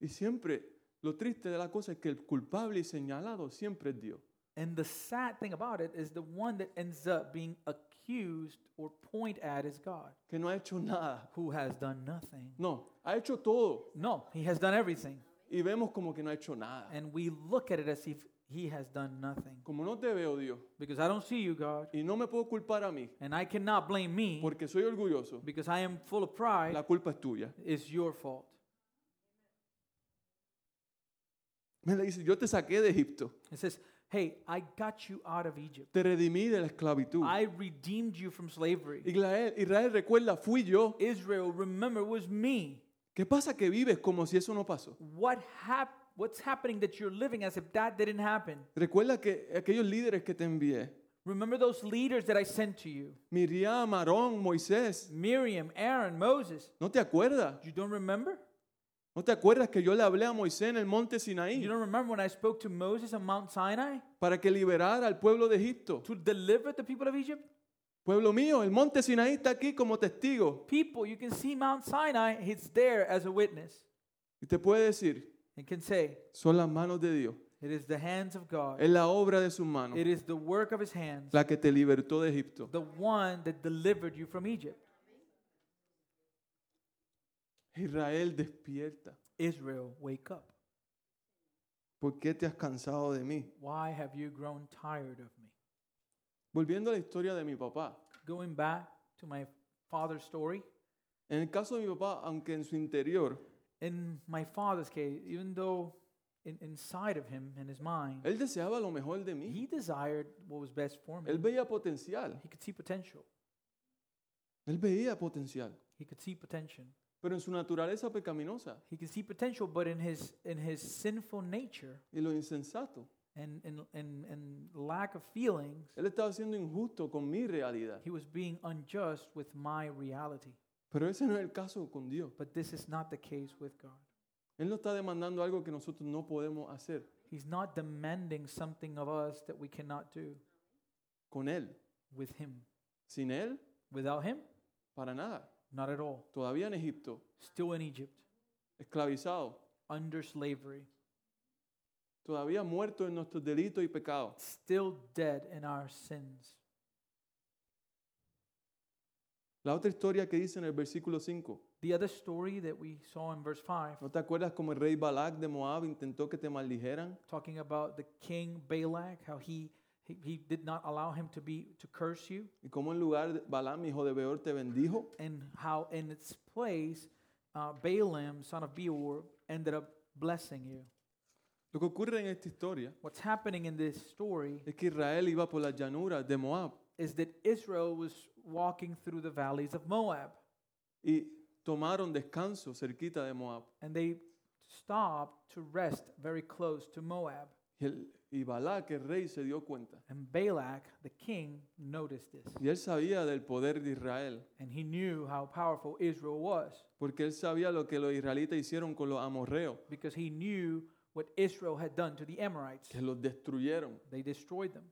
Speaker 1: y siempre lo triste de la cosa es que el culpable y señalado siempre es Dios.
Speaker 2: And the sad thing about it is the one that ends up being accused or point at is God,
Speaker 1: Que no ha hecho nada.
Speaker 2: who has done nothing.
Speaker 1: No, ha hecho todo
Speaker 2: No, he has done everything.
Speaker 1: y vemos como que no ha hecho nada.
Speaker 2: And we look at it as if he has done nothing.
Speaker 1: Como no te veo Dios
Speaker 2: Because I don't see you, God.
Speaker 1: y no me puedo culpar a mí
Speaker 2: And I cannot blame me
Speaker 1: porque soy orgulloso,
Speaker 2: because I am full of pride.
Speaker 1: la culpa es tuya.
Speaker 2: It's your fault.
Speaker 1: Me le dice, yo te saqué de Egipto,
Speaker 2: It says, Hey, I got you out of Egypt.
Speaker 1: te redimí de la esclavitud.
Speaker 2: I redeemed you from slavery.
Speaker 1: Israel, Israel recuerda, fui yo.
Speaker 2: Israel, remember, it was me.
Speaker 1: ¿Qué pasa que vives como si eso no pasó?
Speaker 2: What hap- what's happening that you're living as if that didn't happen?
Speaker 1: Recuerda que aquellos líderes que te envié,
Speaker 2: Remember those leaders that I sent to you
Speaker 1: Miriam, Aarón, Moisés,
Speaker 2: Miriam, Aaron, Moses.
Speaker 1: ¿no te acuerdas?
Speaker 2: You don't remember?
Speaker 1: ¿No te acuerdas que yo le hablé a Moisés en el monte Sinaí
Speaker 2: You don't remember when I spoke to Moses on Mount Sinai
Speaker 1: para que liberara al pueblo de Egipto?
Speaker 2: to deliver the people of Egypt?
Speaker 1: Pueblo mío, el monte Sinaí está aquí como testigo
Speaker 2: People, you can see Mount Sinai, it's there as a witness
Speaker 1: y te puede decir,
Speaker 2: and can say,
Speaker 1: son las manos de Dios,
Speaker 2: It is the hands of God,
Speaker 1: es la obra de sus manos
Speaker 2: it is the work of his hands,
Speaker 1: la que te libertó de Egipto.
Speaker 2: the one that delivered you from Egypt.
Speaker 1: Israel, despierta.
Speaker 2: Israel, wake up.
Speaker 1: ¿Por qué te has cansado de mí?
Speaker 2: Why have you grown tired of me?
Speaker 1: Volviendo a la historia de mi papá.
Speaker 2: Going back to my father's story,
Speaker 1: En el caso de mi papá, aunque en su interior,
Speaker 2: in my father's case, even though in, inside of him, in his mind,
Speaker 1: él deseaba lo mejor de mí.
Speaker 2: he desired what was best for me.
Speaker 1: Él veía potencial.
Speaker 2: He could see potential.
Speaker 1: Él veía potencial.
Speaker 2: He could see potential.
Speaker 1: Pero en su naturaleza pecaminosa
Speaker 2: He could see potential, but in his in his sinful nature
Speaker 1: y lo insensato,
Speaker 2: and and and, and lack of feelings,
Speaker 1: él estaba siendo injusto con mi realidad.
Speaker 2: he was being unjust with my reality.
Speaker 1: Pero ese no es el caso con Dios.
Speaker 2: But this is not the case with God.
Speaker 1: Él no está demandando algo que nosotros no podemos hacer
Speaker 2: He's not demanding something of us that we cannot do
Speaker 1: con Él.
Speaker 2: with him.
Speaker 1: Sin Él,
Speaker 2: Without him,
Speaker 1: para nada.
Speaker 2: not at all.
Speaker 1: Todavía en Egipto,
Speaker 2: Still in Egypt,
Speaker 1: esclavizado,
Speaker 2: under slavery,
Speaker 1: todavía muerto en nuestros delitos y pecados.
Speaker 2: still dead in our sins.
Speaker 1: La otra historia que dice en el versículo 5.
Speaker 2: The other story that we saw in verse 5,
Speaker 1: ¿No te acuerdas cómo el rey Balak de Moab intentó que te maldijeran?
Speaker 2: talking about the king Balak, how he, he, he did not allow him to be to curse you,
Speaker 1: ¿Y cómo en lugar de Balaam, hijo de Beor, te bendijo?
Speaker 2: and how in its place uh, Balaam, son of Beor, ended up blessing you.
Speaker 1: Lo que ocurre en esta historia
Speaker 2: What's happening in this story
Speaker 1: es que Israel iba por las llanuras de Moab
Speaker 2: is that Israel was walking through the valleys of Moab,
Speaker 1: y tomaron descanso cerquita de Moab.
Speaker 2: and they stopped to rest very close to Moab.
Speaker 1: Y, el, y Balak, el rey, se dio cuenta.
Speaker 2: And Balak, the king, noticed this.
Speaker 1: Y él sabía del poder de Israel,
Speaker 2: And he knew how powerful Israel was
Speaker 1: porque él sabía lo que los israelitas hicieron con los amorreos,
Speaker 2: because he knew what Israel had done to the Amorites.
Speaker 1: que los destruyeron.
Speaker 2: They destroyed them.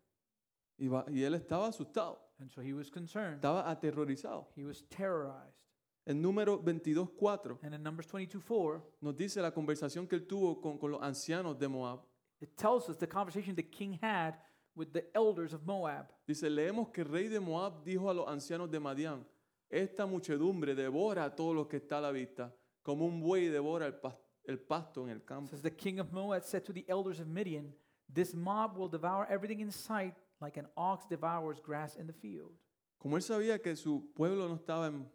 Speaker 1: Y, Ba- y él estaba asustado,
Speaker 2: And so he was concerned.
Speaker 1: estaba aterrorizado.
Speaker 2: He was terrorized.
Speaker 1: El número 22.4
Speaker 2: And in Numbers 22 4,
Speaker 1: nos dice la conversación que él tuvo con, con los ancianos de Moab.
Speaker 2: it tells us the conversation the king had with the elders of Moab.
Speaker 1: Dice, leemos que el rey de Moab dijo a los ancianos de Madián, esta muchedumbre devora a todos los que está a la vista, como un buey devora el, pas- el pasto en el
Speaker 2: It
Speaker 1: campo.
Speaker 2: says the king of Moab said to the elders of Midian, "This mob will devour everything in sight, like an ox devours grass in the field."
Speaker 1: Como él sabía que su pueblo no estaba, en-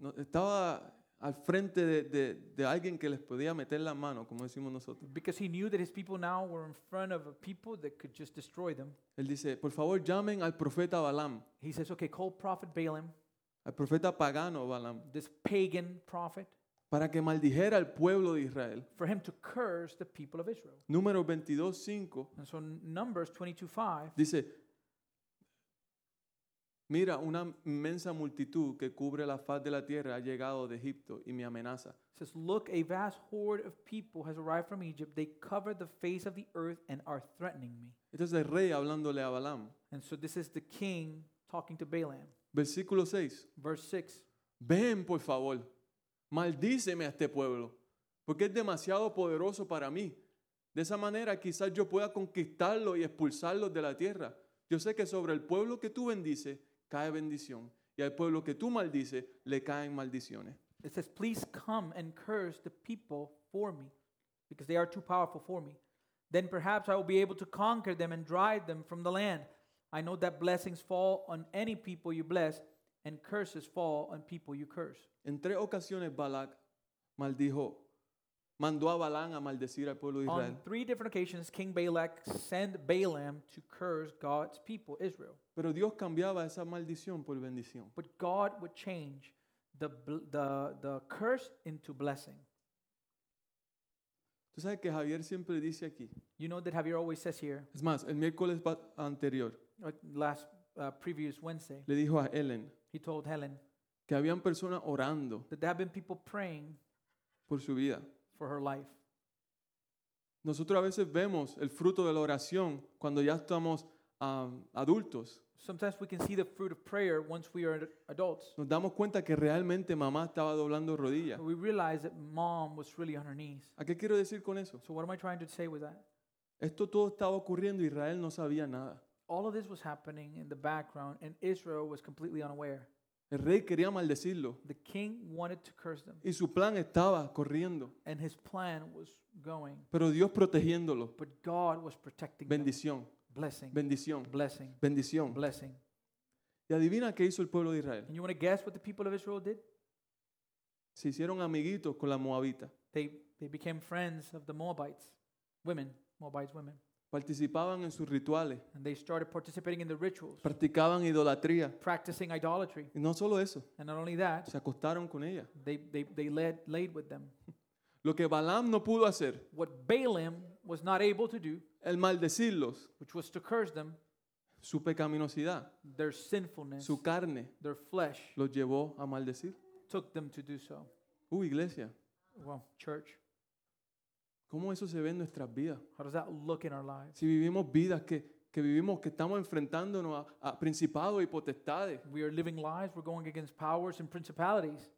Speaker 1: no- estaba al frente de, de- de alguien que les podía meter la mano, como decimos nosotros,
Speaker 2: Because he knew that his people now were in front of a people that could just destroy them.
Speaker 1: él dice, por favor llamen al profeta Balaam,
Speaker 2: He says, "Okay, call prophet Balaam,
Speaker 1: al profeta pagano Balaam,
Speaker 2: this pagan prophet,
Speaker 1: para que maldijera al pueblo de Israel.
Speaker 2: for him to curse the people of Israel."
Speaker 1: Número 22.5
Speaker 2: And so Numbers 22:5,
Speaker 1: Dice, mira, una inmensa multitud que cubre la faz de la tierra ha llegado de Egipto y me amenaza.
Speaker 2: says, "Look, a vast horde of people has arrived from Egypt. They cover the face of the earth and are threatening me."
Speaker 1: Este es el rey hablándole a Balaam.
Speaker 2: And so this is the king talking to Balaam.
Speaker 1: Versículo 6.
Speaker 2: Verse 6.
Speaker 1: Ven, por favor, maldíceme a este pueblo, porque es demasiado poderoso para mí. De esa manera quizás yo pueda conquistarlo y expulsarlos de la tierra. Yo sé que sobre el pueblo que tú bendices cae bendición, y al pueblo que tú maldices le caen maldiciones.
Speaker 2: It says, Please come and curse the people for me, because they are too powerful for me. Then perhaps I will be able to conquer them and drive them from the land. I know that blessings fall on any people you bless, and curses fall on people you curse.
Speaker 1: En tres ocasiones Balak maldijo, mandó a Balán a maldecir al pueblo de Israel.
Speaker 2: On three different occasions, King Balak sent Balaam to curse God's people, Israel.
Speaker 1: Pero Dios cambiaba esa maldición por bendición.
Speaker 2: But God would change the, bl- the, the curse into blessing.
Speaker 1: Tú sabes que Javier siempre dice aquí.
Speaker 2: You know that Javier always says here,
Speaker 1: Es más, el miércoles pa- anterior
Speaker 2: uh, last uh, previous Wednesday,
Speaker 1: le dijo a Ellen
Speaker 2: he told Helen,
Speaker 1: que habían personas orando
Speaker 2: that there have been people praying
Speaker 1: por su vida.
Speaker 2: for her life.
Speaker 1: Nosotros a veces vemos el fruto de la oración cuando ya estamos ah, adultos.
Speaker 2: Sometimes we can see the fruit of prayer once we are ad- adults.
Speaker 1: Nos damos cuenta que realmente mamá estaba doblando rodillas.
Speaker 2: We realize that mom was really on her knees.
Speaker 1: ¿A qué quiero decir con eso?
Speaker 2: So, what am I trying to say with that?
Speaker 1: Esto todo estaba ocurriendo, Israel no sabía nada.
Speaker 2: All of this was happening in the background, and Israel was completely unaware.
Speaker 1: El rey quería maldecirlo
Speaker 2: The king wanted to curse them,
Speaker 1: y su plan estaba corriendo,
Speaker 2: and his plan was going.
Speaker 1: pero Dios protegiéndolo.
Speaker 2: But God was protecting them.
Speaker 1: Bendición,
Speaker 2: Blessing,
Speaker 1: bendición,
Speaker 2: blessing,
Speaker 1: bendición.
Speaker 2: blessing.
Speaker 1: Y adivina qué hizo el pueblo de Israel.
Speaker 2: And you want to guess what the people of Israel did?
Speaker 1: Se hicieron amiguitos con la moabita.
Speaker 2: They, they became friends of the Moabites, women, Moabites women.
Speaker 1: Participaban en sus rituales,
Speaker 2: And they started participating in the rituals,
Speaker 1: practicaban idolatría.
Speaker 2: practicing idolatry.
Speaker 1: Y no solo eso,
Speaker 2: And not only that,
Speaker 1: se acostaron con ella.
Speaker 2: they, they, they led, laid with them.
Speaker 1: Lo que Balaam no pudo hacer,
Speaker 2: What Balaam was not able to do,
Speaker 1: el maldecirlos,
Speaker 2: which was to curse them,
Speaker 1: su pecaminosidad,
Speaker 2: their sinfulness,
Speaker 1: su carne,
Speaker 2: their flesh,
Speaker 1: los llevó a maldecir.
Speaker 2: took them to do so.
Speaker 1: Uh, iglesia,
Speaker 2: Well, church,
Speaker 1: ¿cómo eso se ve en nuestras vidas?
Speaker 2: how does that look in our lives?
Speaker 1: Si vivimos vidas que, que vivimos, que estamos enfrentándonos a, a principados y potestades,
Speaker 2: We are living lives, we're going against powers and principalities,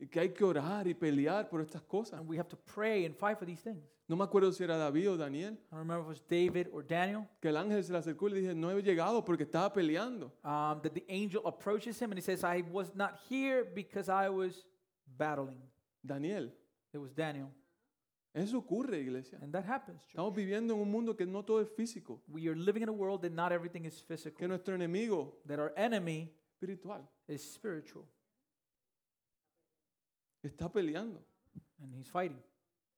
Speaker 1: y que hay que orar y pelear por estas cosas.
Speaker 2: and we have to pray and fight for these things.
Speaker 1: No me acuerdo si era David o Daniel,
Speaker 2: I don't remember if it was David or Daniel,
Speaker 1: que el ángel se le acercó y le dije, no he llegado porque estaba peleando.
Speaker 2: um, that the angel approaches him and he says, I was not here because I was battling.
Speaker 1: Daniel,
Speaker 2: It was Daniel.
Speaker 1: eso ocurre, iglesia.
Speaker 2: And that happens, church.
Speaker 1: Estamos viviendo en un mundo que no todo es físico,
Speaker 2: We are living in a world that not everything is
Speaker 1: que
Speaker 2: physical,
Speaker 1: nuestro enemigo
Speaker 2: that our enemy
Speaker 1: espiritual
Speaker 2: is spiritual
Speaker 1: está peleando.
Speaker 2: and he's fighting.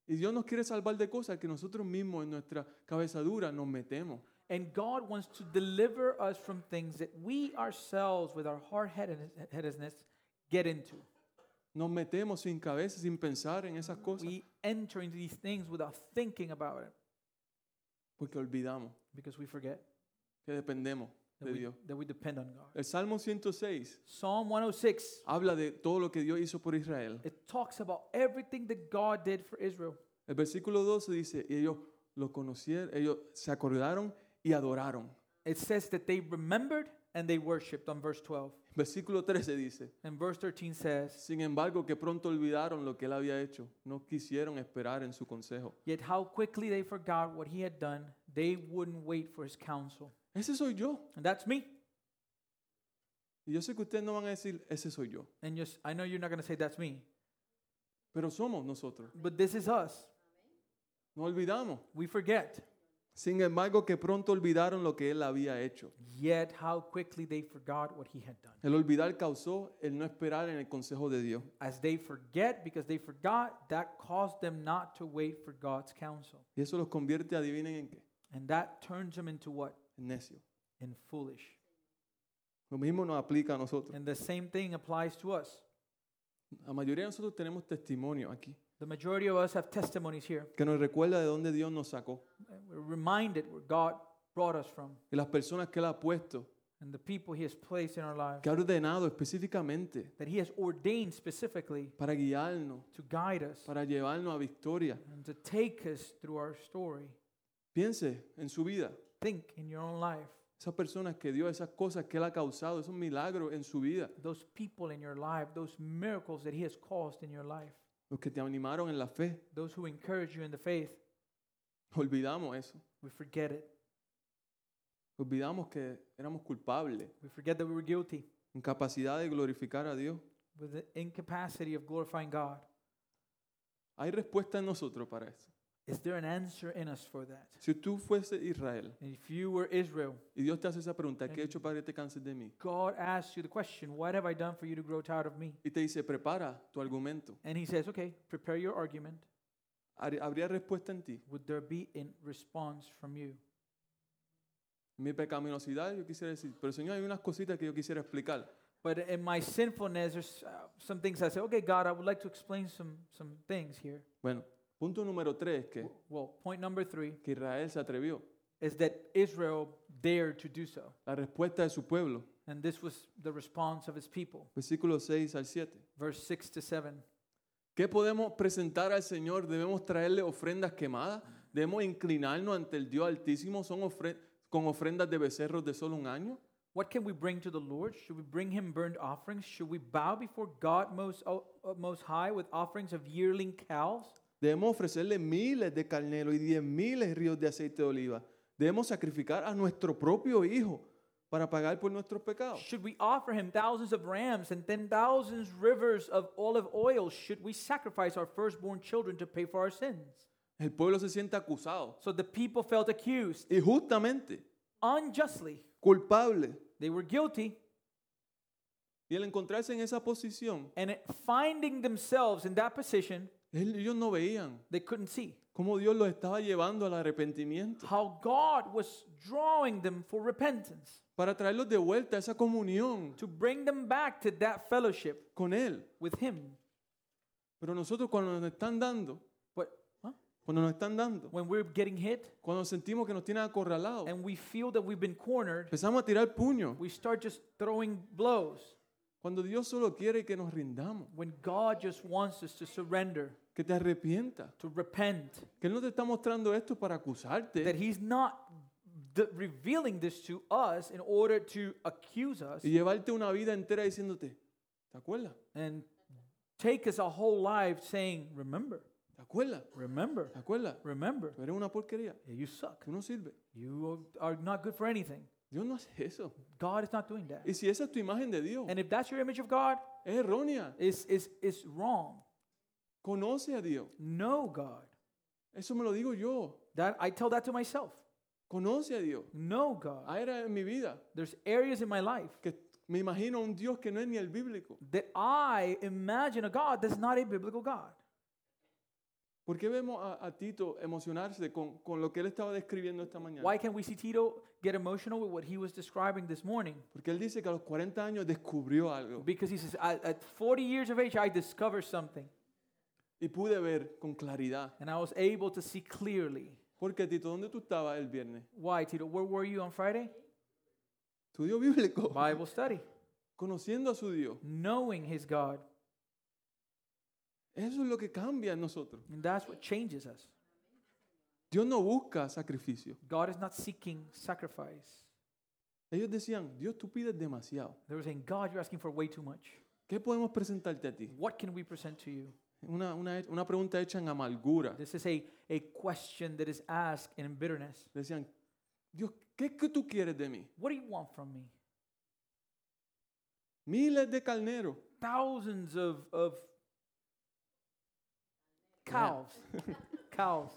Speaker 1: Y Dios nos quiere salvar de cosas que nosotros mismos en nuestra cabeza dura nos metemos.
Speaker 2: And God wants to deliver us from things that we ourselves, with our hard headedness, get into.
Speaker 1: Nos metemos sin cabeza, sin pensar en esas cosas,
Speaker 2: We enter into these things without thinking about it
Speaker 1: porque olvidamos
Speaker 2: because we forget
Speaker 1: que dependemos
Speaker 2: that
Speaker 1: de
Speaker 2: we,
Speaker 1: Dios.
Speaker 2: that we depend on God.
Speaker 1: El Salmo 106
Speaker 2: Psalm 106,
Speaker 1: habla de todo lo que Dios hizo por Israel.
Speaker 2: it talks about everything that God did for Israel.
Speaker 1: El versículo 12 dice, y ellos lo conocieron, ellos se acordaron y adoraron.
Speaker 2: It says that they remembered and they worshiped on verse 12.
Speaker 1: Versículo 13 dice,
Speaker 2: And verse 13 says,
Speaker 1: sin embargo que pronto olvidaron lo que él había hecho, no quisieron esperar en su consejo.
Speaker 2: Yet how quickly they forgot what he had done. They wouldn't wait for his counsel.
Speaker 1: Ese soy yo.
Speaker 2: And that's me.
Speaker 1: Y yo sé que ustedes no van a decir, ese soy yo.
Speaker 2: And just, I know you're not going to say that's me,
Speaker 1: Pero somos nosotros.
Speaker 2: but this is us.
Speaker 1: No olvidamos.
Speaker 2: We forget.
Speaker 1: Sin embargo que pronto olvidaron lo que él había hecho.
Speaker 2: Yet how quickly they forgot what he had done.
Speaker 1: El olvidar causó el no esperar en el consejo de Dios.
Speaker 2: As they forget, because they forgot, that caused them not to wait for God's counsel.
Speaker 1: Y eso los convierte, adivinen en qué,
Speaker 2: And that turns them into what?
Speaker 1: en necio.
Speaker 2: In foolish.
Speaker 1: Lo mismo nos aplica a nosotros.
Speaker 2: And the same thing applies to us.
Speaker 1: La mayoría de nosotros tenemos testimonio aquí.
Speaker 2: The majority of us have testimonies here.
Speaker 1: que nos recuerda de dónde Dios nos sacó
Speaker 2: We're reminded where God brought us from
Speaker 1: y las personas que Él ha puesto,
Speaker 2: and the people he has placed in our lives.
Speaker 1: que ha ordenado específicamente
Speaker 2: that he has ordained specifically
Speaker 1: para guiarnos,
Speaker 2: to guide us
Speaker 1: para llevarnos a victoria.
Speaker 2: and to take us through our story.
Speaker 1: Piense en su vida,
Speaker 2: Think in your own life,
Speaker 1: esas personas que Dios, esas cosas que Él ha causado, esos milagros en su vida,
Speaker 2: those people in your life, those miracles that he has caused in your life,
Speaker 1: los que te animaron en la fe.
Speaker 2: those who encourage you in the faith.
Speaker 1: Olvidamos eso,
Speaker 2: We forget it.
Speaker 1: olvidamos que éramos culpables,
Speaker 2: We forget that we were guilty
Speaker 1: incapacidad de glorificar a Dios.
Speaker 2: with the incapacity of glorifying God.
Speaker 1: Hay respuesta en nosotros para eso.
Speaker 2: Is there an answer in us for that?
Speaker 1: Si tú fuese Israel
Speaker 2: And if you were Israel,
Speaker 1: y Dios te hace esa pregunta, ¿qué he hecho para que te canses de mí?
Speaker 2: God asks you the question, What have I done for you to grow tired of me?
Speaker 1: Y te dice, prepara tu argumento.
Speaker 2: And he says, Okay, prepare your argument.
Speaker 1: Har- ¿Habría respuesta en ti?
Speaker 2: Would there be a response from you?
Speaker 1: mi pecaminosidad, yo quisiera decir, pero Señor, hay unas cositas que yo quisiera explicar.
Speaker 2: But in my sinfulness, there's uh, some things I say, okay, God, I would like to explain some, some things here.
Speaker 1: Bueno, punto número tres es que,
Speaker 2: W- Well, point number three
Speaker 1: que Israel se atrevió.
Speaker 2: is that Israel dared to do so.
Speaker 1: La respuesta de su pueblo,
Speaker 2: And this was the response of his people.
Speaker 1: versículos 6 al 7.
Speaker 2: Verse 6 to 7.
Speaker 1: ¿Qué podemos presentar al Señor? ¿Debemos traerle ofrendas quemadas? ¿Debemos inclinarnos ante el Dios Altísimo son ofre- con ofrendas de becerros de solo un año?
Speaker 2: What can we bring to the Lord? Should we bring him burnt offerings? Should we bow before God most, uh, most high with offerings of yearling calves?
Speaker 1: Debemos ofrecerle miles de carneros y diez miles ríos de aceite de oliva. Debemos sacrificar a nuestro propio hijo para pagar por nuestros pecados.
Speaker 2: Should we offer him thousands of rams and ten thousands rivers of olive oil? Should we sacrifice our firstborn children to pay for our sins?
Speaker 1: El pueblo se siente acusado
Speaker 2: So the people felt accused
Speaker 1: y justamente
Speaker 2: unjustly.
Speaker 1: culpable.
Speaker 2: They were guilty,
Speaker 1: Y al encontrarse en esa posición,
Speaker 2: and it- finding themselves in that position,
Speaker 1: él- ellos no veían
Speaker 2: they couldn't see
Speaker 1: cómo Dios los estaba llevando al arrepentimiento
Speaker 2: how God was drawing them for repentance
Speaker 1: para traerlos de vuelta a esa comunión
Speaker 2: to bring them back to that fellowship
Speaker 1: con Él.
Speaker 2: with Him.
Speaker 1: Pero nosotros cuando nos están dando,
Speaker 2: But huh?
Speaker 1: cuando nos están dando,
Speaker 2: when we're getting hit
Speaker 1: cuando sentimos que nos tienen acorralados,
Speaker 2: and we feel that we've been cornered,
Speaker 1: empezamos a tirar puños.
Speaker 2: we start just throwing blows.
Speaker 1: Cuando Dios solo quiere que nos rindamos,
Speaker 2: When God just wants us to surrender,
Speaker 1: que te arrepientas,
Speaker 2: to repent,
Speaker 1: que Él no te está mostrando esto para
Speaker 2: that
Speaker 1: acusarte
Speaker 2: He's not d- revealing this to us in order to accuse us
Speaker 1: y llevarte una vida entera diciéndote, ¿te acuerdas?
Speaker 2: and take us a whole life saying, Remember,
Speaker 1: ¿Te acuerdas?
Speaker 2: remember,
Speaker 1: ¿Te acuerdas?
Speaker 2: remember,
Speaker 1: Tú eres una porquería,
Speaker 2: you suck.
Speaker 1: tú no sirves.
Speaker 2: You are not good for anything.
Speaker 1: Dios no hace eso.
Speaker 2: God is not doing that.
Speaker 1: Y si esa es tu imagen de Dios,
Speaker 2: And if that's your image of God,
Speaker 1: es errónea.
Speaker 2: it's, it's, it's wrong.
Speaker 1: Conoce a Dios.
Speaker 2: Know God.
Speaker 1: Eso me lo digo yo.
Speaker 2: That I tell that to myself.
Speaker 1: Conoce a Dios.
Speaker 2: Know God.
Speaker 1: Hay áreas en mi vida
Speaker 2: There's areas in my life
Speaker 1: que me imagino un Dios que no es ni el bíblico.
Speaker 2: that I imagine a God that's not a biblical God.
Speaker 1: ¿Por qué vemos a, a Tito emocionarse con, con lo que él estaba describiendo esta mañana?
Speaker 2: Why can we see Tito get emotional with what he was describing this morning?
Speaker 1: Porque él dice que a los 40 años descubrió algo
Speaker 2: Because he says, at, at 40 years of age, I discovered something
Speaker 1: y pude ver con claridad.
Speaker 2: and I was able to see clearly.
Speaker 1: Porque Tito, ¿dónde tú estabas el viernes?
Speaker 2: Why, Tito? Where were you on Friday?
Speaker 1: Estudio bíblico.
Speaker 2: Bible study.
Speaker 1: Conociendo a su Dios.
Speaker 2: Knowing his God.
Speaker 1: Eso es lo que cambia en nosotros.
Speaker 2: And that's what changes us.
Speaker 1: Dios no busca sacrificio.
Speaker 2: God is not seeking sacrifice.
Speaker 1: Ellos decían, Dios, tú pides demasiado.
Speaker 2: They were saying, God, you're asking for way too much.
Speaker 1: ¿Qué podemos presentarte a ti?
Speaker 2: What can we present to you?
Speaker 1: Una, una, una pregunta hecha en amargura.
Speaker 2: This is a, a question that is asked in bitterness.
Speaker 1: Decían, Dios, ¿qué es que tú quieres de mí?
Speaker 2: What do you want from me?
Speaker 1: Miles de carneros.
Speaker 2: Thousands of, of cows. cows.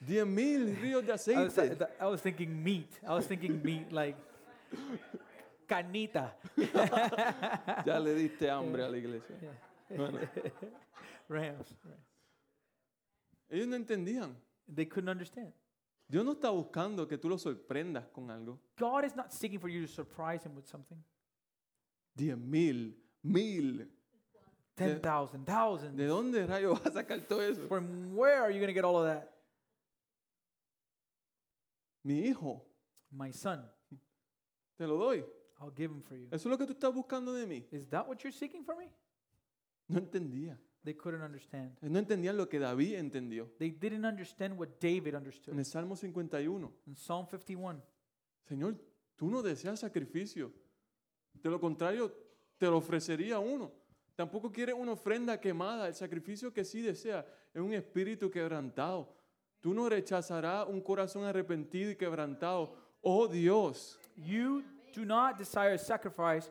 Speaker 1: Diez mil ríos de
Speaker 2: I was,
Speaker 1: aceite.
Speaker 2: I was thinking meat. I was thinking meat like canita,
Speaker 1: Ya le diste hambre a la iglesia.
Speaker 2: rams. right.
Speaker 1: Ellos no entendían.
Speaker 2: They couldn't understand.
Speaker 1: Dios no está buscando que tú lo sorprendas con algo.
Speaker 2: God is not seeking for you to surprise him with something.
Speaker 1: Diez mil, mil.
Speaker 2: 10,000,
Speaker 1: ¿De
Speaker 2: thousands.
Speaker 1: dónde rayo vas a sacar todo eso?
Speaker 2: From where are you going to get all of that?
Speaker 1: Mi hijo,
Speaker 2: My son,
Speaker 1: te lo doy.
Speaker 2: I'll give him for you.
Speaker 1: Eso es lo que tú estás buscando de mí.
Speaker 2: Is that what you're seeking for me?
Speaker 1: No entendía.
Speaker 2: They couldn't understand.
Speaker 1: No entendían lo que David entendió.
Speaker 2: They didn't understand what David
Speaker 1: En
Speaker 2: understood.
Speaker 1: el Salmo 51,
Speaker 2: In Psalm 51,
Speaker 1: Señor, tú no deseas sacrificio. De lo contrario, te lo ofrecería uno. Tampoco quieres una ofrenda quemada. El sacrificio que sí desea es un espíritu quebrantado. Tú no rechazarás un corazón arrepentido y quebrantado. Oh Dios,
Speaker 2: you do not desire a sacrifice,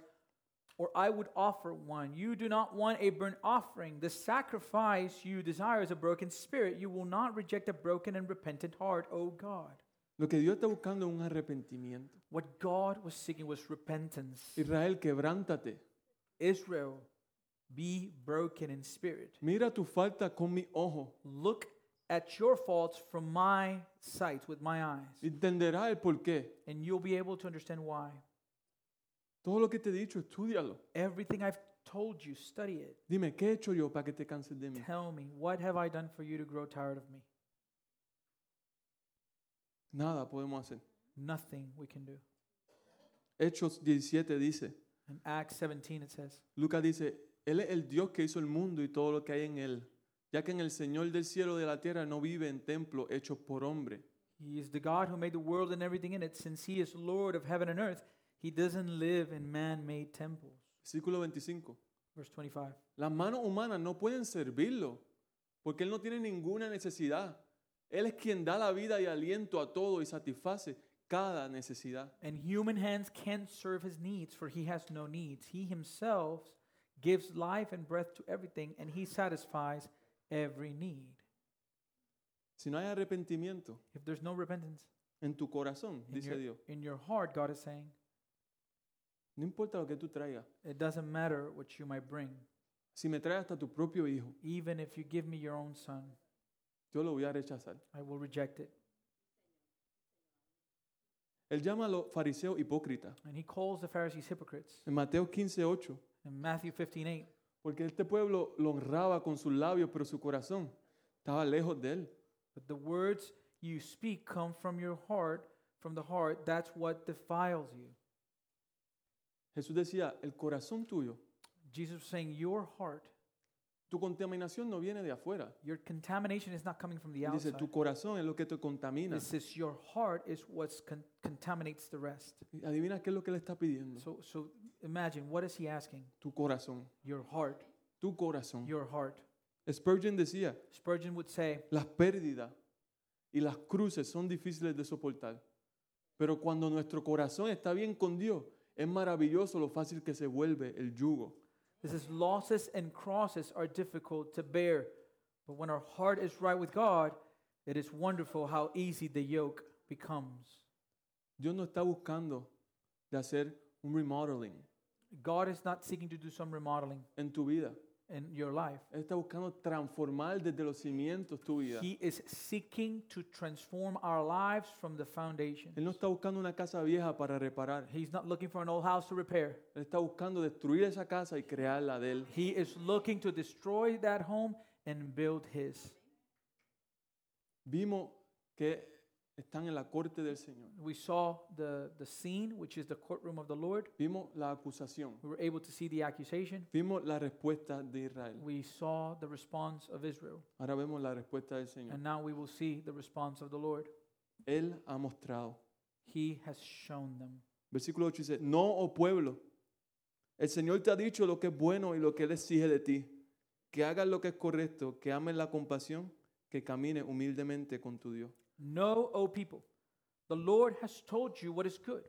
Speaker 2: or I would offer one. You do not want a burnt offering. The sacrifice you desire is a broken spirit. You will not reject a broken and repentant heart, O God.
Speaker 1: lo que Dios está buscando es un arrepentimiento.
Speaker 2: What God was seeking was repentance.
Speaker 1: Israel, quebrántate.
Speaker 2: Israel, be broken in spirit.
Speaker 1: Mira tu falta con mi ojo.
Speaker 2: Look at your faults from my sight, with my eyes,
Speaker 1: Entenderás el porqué.
Speaker 2: and you'll be able to understand why.
Speaker 1: Todo lo que te he dicho, estudialo.
Speaker 2: Everything I've told you, study it.
Speaker 1: Dime, ¿qué he hecho yo para que te canses de mí?
Speaker 2: Tell me, what have I done for you to grow tired of me?
Speaker 1: Nada podemos hacer.
Speaker 2: Nothing we can do.
Speaker 1: Hechos 17 dice,
Speaker 2: In Acts 17, it says,
Speaker 1: Lucas dice, Él es el Dios que hizo el mundo y todo lo que hay en él, ya que en el Señor del cielo y de la tierra no vive en templos hechos por hombre,
Speaker 2: He is the God who made the world and everything in it. Since He is Lord of heaven and earth, He doesn't live in man made temples.
Speaker 1: Versículo 25.
Speaker 2: Verse 25.
Speaker 1: Las manos humanas no pueden servirlo, porque Él no tiene ninguna necesidad. Él es quien da la vida y aliento a todo y satisface cada necesidad.
Speaker 2: And human hands can't serve His needs, for He has no needs. He Himself gives life and breath to everything, and He satisfies every need.
Speaker 1: Si no hay arrepentimiento
Speaker 2: If there's no repentance
Speaker 1: en tu corazón,
Speaker 2: in
Speaker 1: dice
Speaker 2: your,
Speaker 1: Dios,
Speaker 2: in your heart, God is saying,
Speaker 1: no importa lo que tú traigas,
Speaker 2: it doesn't matter what you might bring.
Speaker 1: si me traes hasta tu propio hijo,
Speaker 2: Even if you give me your own son,
Speaker 1: yo lo voy a rechazar.
Speaker 2: I will reject it.
Speaker 1: Él llama a los fariseos hipócritas.
Speaker 2: And He calls the Pharisees hypocrites.
Speaker 1: En Mateo 15, 8,
Speaker 2: In Matthew 15 8.
Speaker 1: porque este pueblo lo honraba con sus labios, pero su corazón estaba lejos de él.
Speaker 2: But the words you speak come from your heart, from the heart. That's what defiles you.
Speaker 1: Jesús decía, el corazón tuyo,
Speaker 2: Jesus was saying, Your heart,
Speaker 1: tu contaminación no viene de afuera.
Speaker 2: your contamination is not coming from the
Speaker 1: Él Dice,
Speaker 2: outside.
Speaker 1: tu corazón es lo que te contamina.
Speaker 2: It says your heart is what con- contaminates the rest.
Speaker 1: Y Adivina qué es lo que le está pidiendo.
Speaker 2: So, so imagine, what is he asking?
Speaker 1: Tu corazón,
Speaker 2: Your heart,
Speaker 1: tu corazón.
Speaker 2: your heart.
Speaker 1: Spurgeon decía,
Speaker 2: Spurgeon would say,
Speaker 1: las pérdidas y las cruces son difíciles de soportar. Pero cuando nuestro corazón está bien con Dios, es maravilloso lo fácil que se vuelve el yugo.
Speaker 2: This is losses and crosses are difficult to bear. But when our heart is right with God, it is wonderful how easy the yoke becomes.
Speaker 1: Dios no está buscando de hacer un remodeling
Speaker 2: God is not seeking to do some remodeling.
Speaker 1: en tu vida.
Speaker 2: in your life.
Speaker 1: Él está buscando transformar desde los cimientos tu vida.
Speaker 2: He is seeking to transform our lives from the foundation.
Speaker 1: Él no está buscando una casa vieja para reparar.
Speaker 2: He's not looking for an old house to repair.
Speaker 1: Él está buscando destruir esa casa y crearla de él.
Speaker 2: He is looking to destroy that home and build his.
Speaker 1: Vimos que están en la corte del Señor.
Speaker 2: We saw the, the scene, which is the courtroom of the Lord.
Speaker 1: Vimos la acusación.
Speaker 2: We were able to see the accusation.
Speaker 1: Vimos la respuesta de Israel.
Speaker 2: We saw the response of Israel.
Speaker 1: Ahora vemos la respuesta del Señor.
Speaker 2: And now we will see the response of the Lord.
Speaker 1: Él ha mostrado.
Speaker 2: He has shown them.
Speaker 1: Versículo 8 dice, no, oh pueblo, el Señor te ha dicho lo que es bueno y lo que Él exige de ti, que hagas lo que es correcto, que ames la compasión, que camines humildemente con tu Dios.
Speaker 2: Know, O people, the Lord has told you what is good,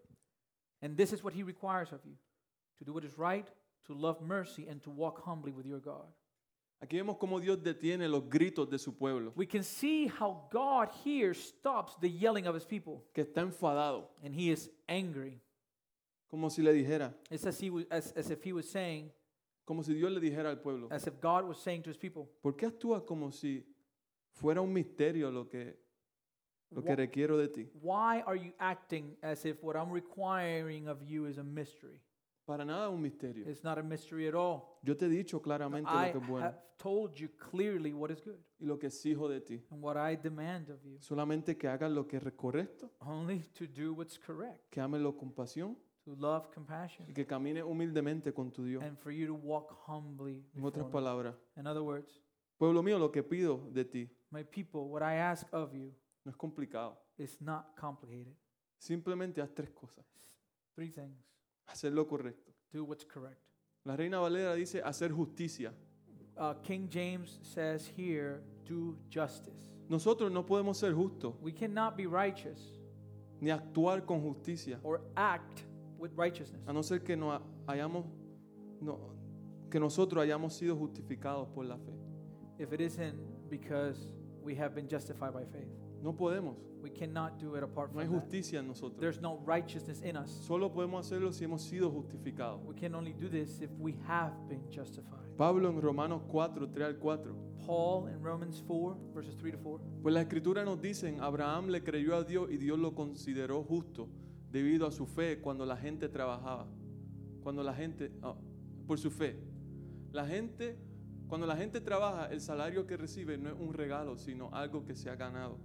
Speaker 2: and this is what he requires of you to do what is right, to love mercy, and to walk humbly with your God.
Speaker 1: Aquí vemos cómo Dios detiene los gritos de su pueblo,
Speaker 2: We can see how God here stops the yelling of his people,
Speaker 1: que está enfadado,
Speaker 2: and he is angry.
Speaker 1: como si le dijera,
Speaker 2: It's as, he was, as, as if he was saying,
Speaker 1: como si Dios le dijera al pueblo,
Speaker 2: as if God was saying to his people,
Speaker 1: ¿por qué actúas como si fuera un misterio lo que, lo que
Speaker 2: Wha-
Speaker 1: requiero de ti?
Speaker 2: Why are you acting as if what I'm requiring of you is a mystery?
Speaker 1: Para nada un misterio.
Speaker 2: It's not a mystery at all.
Speaker 1: Yo te he dicho claramente
Speaker 2: I
Speaker 1: lo que es bueno
Speaker 2: have told you clearly what is good
Speaker 1: y lo que exijo de ti.
Speaker 2: and what I demand of you.
Speaker 1: Solamente que hagas lo que es correcto,
Speaker 2: only to do what's correct,
Speaker 1: que ames la compasión
Speaker 2: to love
Speaker 1: y
Speaker 2: compassion,
Speaker 1: que camines humildemente con tu Dios.
Speaker 2: and for you to walk humbly.
Speaker 1: En otras
Speaker 2: before me.
Speaker 1: palabras,
Speaker 2: In other words,
Speaker 1: pueblo mío, lo que pido de ti
Speaker 2: my people, what I ask of you
Speaker 1: no es complicado.
Speaker 2: is not complicated.
Speaker 1: Simplemente haz tres cosas.
Speaker 2: Three things
Speaker 1: Hacer lo correcto.
Speaker 2: do what's correct.
Speaker 1: La Reina Valera dice hacer justicia.
Speaker 2: Uh, King James says here, do justice.
Speaker 1: Nosotros no podemos ser justos
Speaker 2: We cannot be righteous
Speaker 1: ni actuar con justicia
Speaker 2: or act with righteousness
Speaker 1: a no ser que no hayamos no- que nosotros hayamos sido justificados por la fe.
Speaker 2: if it isn't because we have been justified by faith.
Speaker 1: No podemos.
Speaker 2: We cannot do it apart
Speaker 1: No hay
Speaker 2: from that.
Speaker 1: justicia en nosotros.
Speaker 2: There's no righteousness in us.
Speaker 1: Solo podemos hacerlo si hemos sido justificados.
Speaker 2: We can only do this if we have been justified.
Speaker 1: Pablo en Romanos 4, 3 al 4.
Speaker 2: Paul in Romans 4, verses 3 to 4.
Speaker 1: Pues la escritura nos dice, Abraham le creyó a Dios y Dios lo consideró justo debido a su fe cuando la gente trabajaba. Cuando la gente, ah, por su fe. La gente, cuando la gente trabaja, el salario que recibe no es un regalo, sino algo que se ha ganado.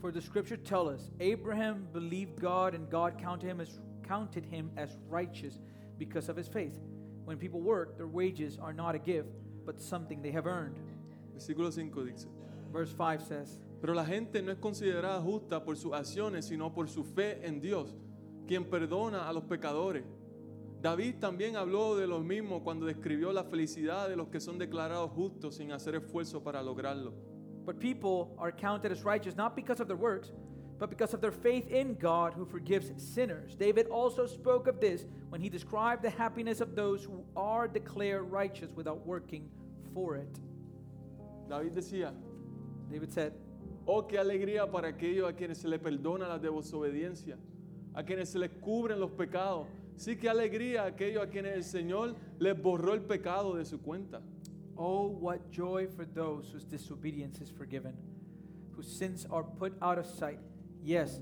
Speaker 2: For the scripture tell us, Abraham believed God and God counted him as counted him as righteous because of his faith. When people work, their wages are not a gift, but something they have earned.
Speaker 1: Versículo 5 dice,
Speaker 2: Verse 5 says,
Speaker 1: pero la gente no es considerada justa por sus acciones, sino por su fe en Dios, quien perdona a los pecadores. David también habló de lo mismo cuando describió la felicidad de los que son declarados justos sin hacer esfuerzo para lograrlo.
Speaker 2: But people are counted as righteous not because of their works, but because of their faith in God who forgives sinners. David also spoke of this when he described the happiness of those who are declared righteous without working for it.
Speaker 1: David decía,
Speaker 2: David said,
Speaker 1: oh, qué alegría para aquellos a quienes se les perdona la desobediencia, a quienes se les cubren los pecados. Sí, qué alegría a aquellos a quienes el Señor les borró el pecado de su cuenta.
Speaker 2: Oh, what joy for those whose disobedience is forgiven, whose sins are put out of sight. Yes,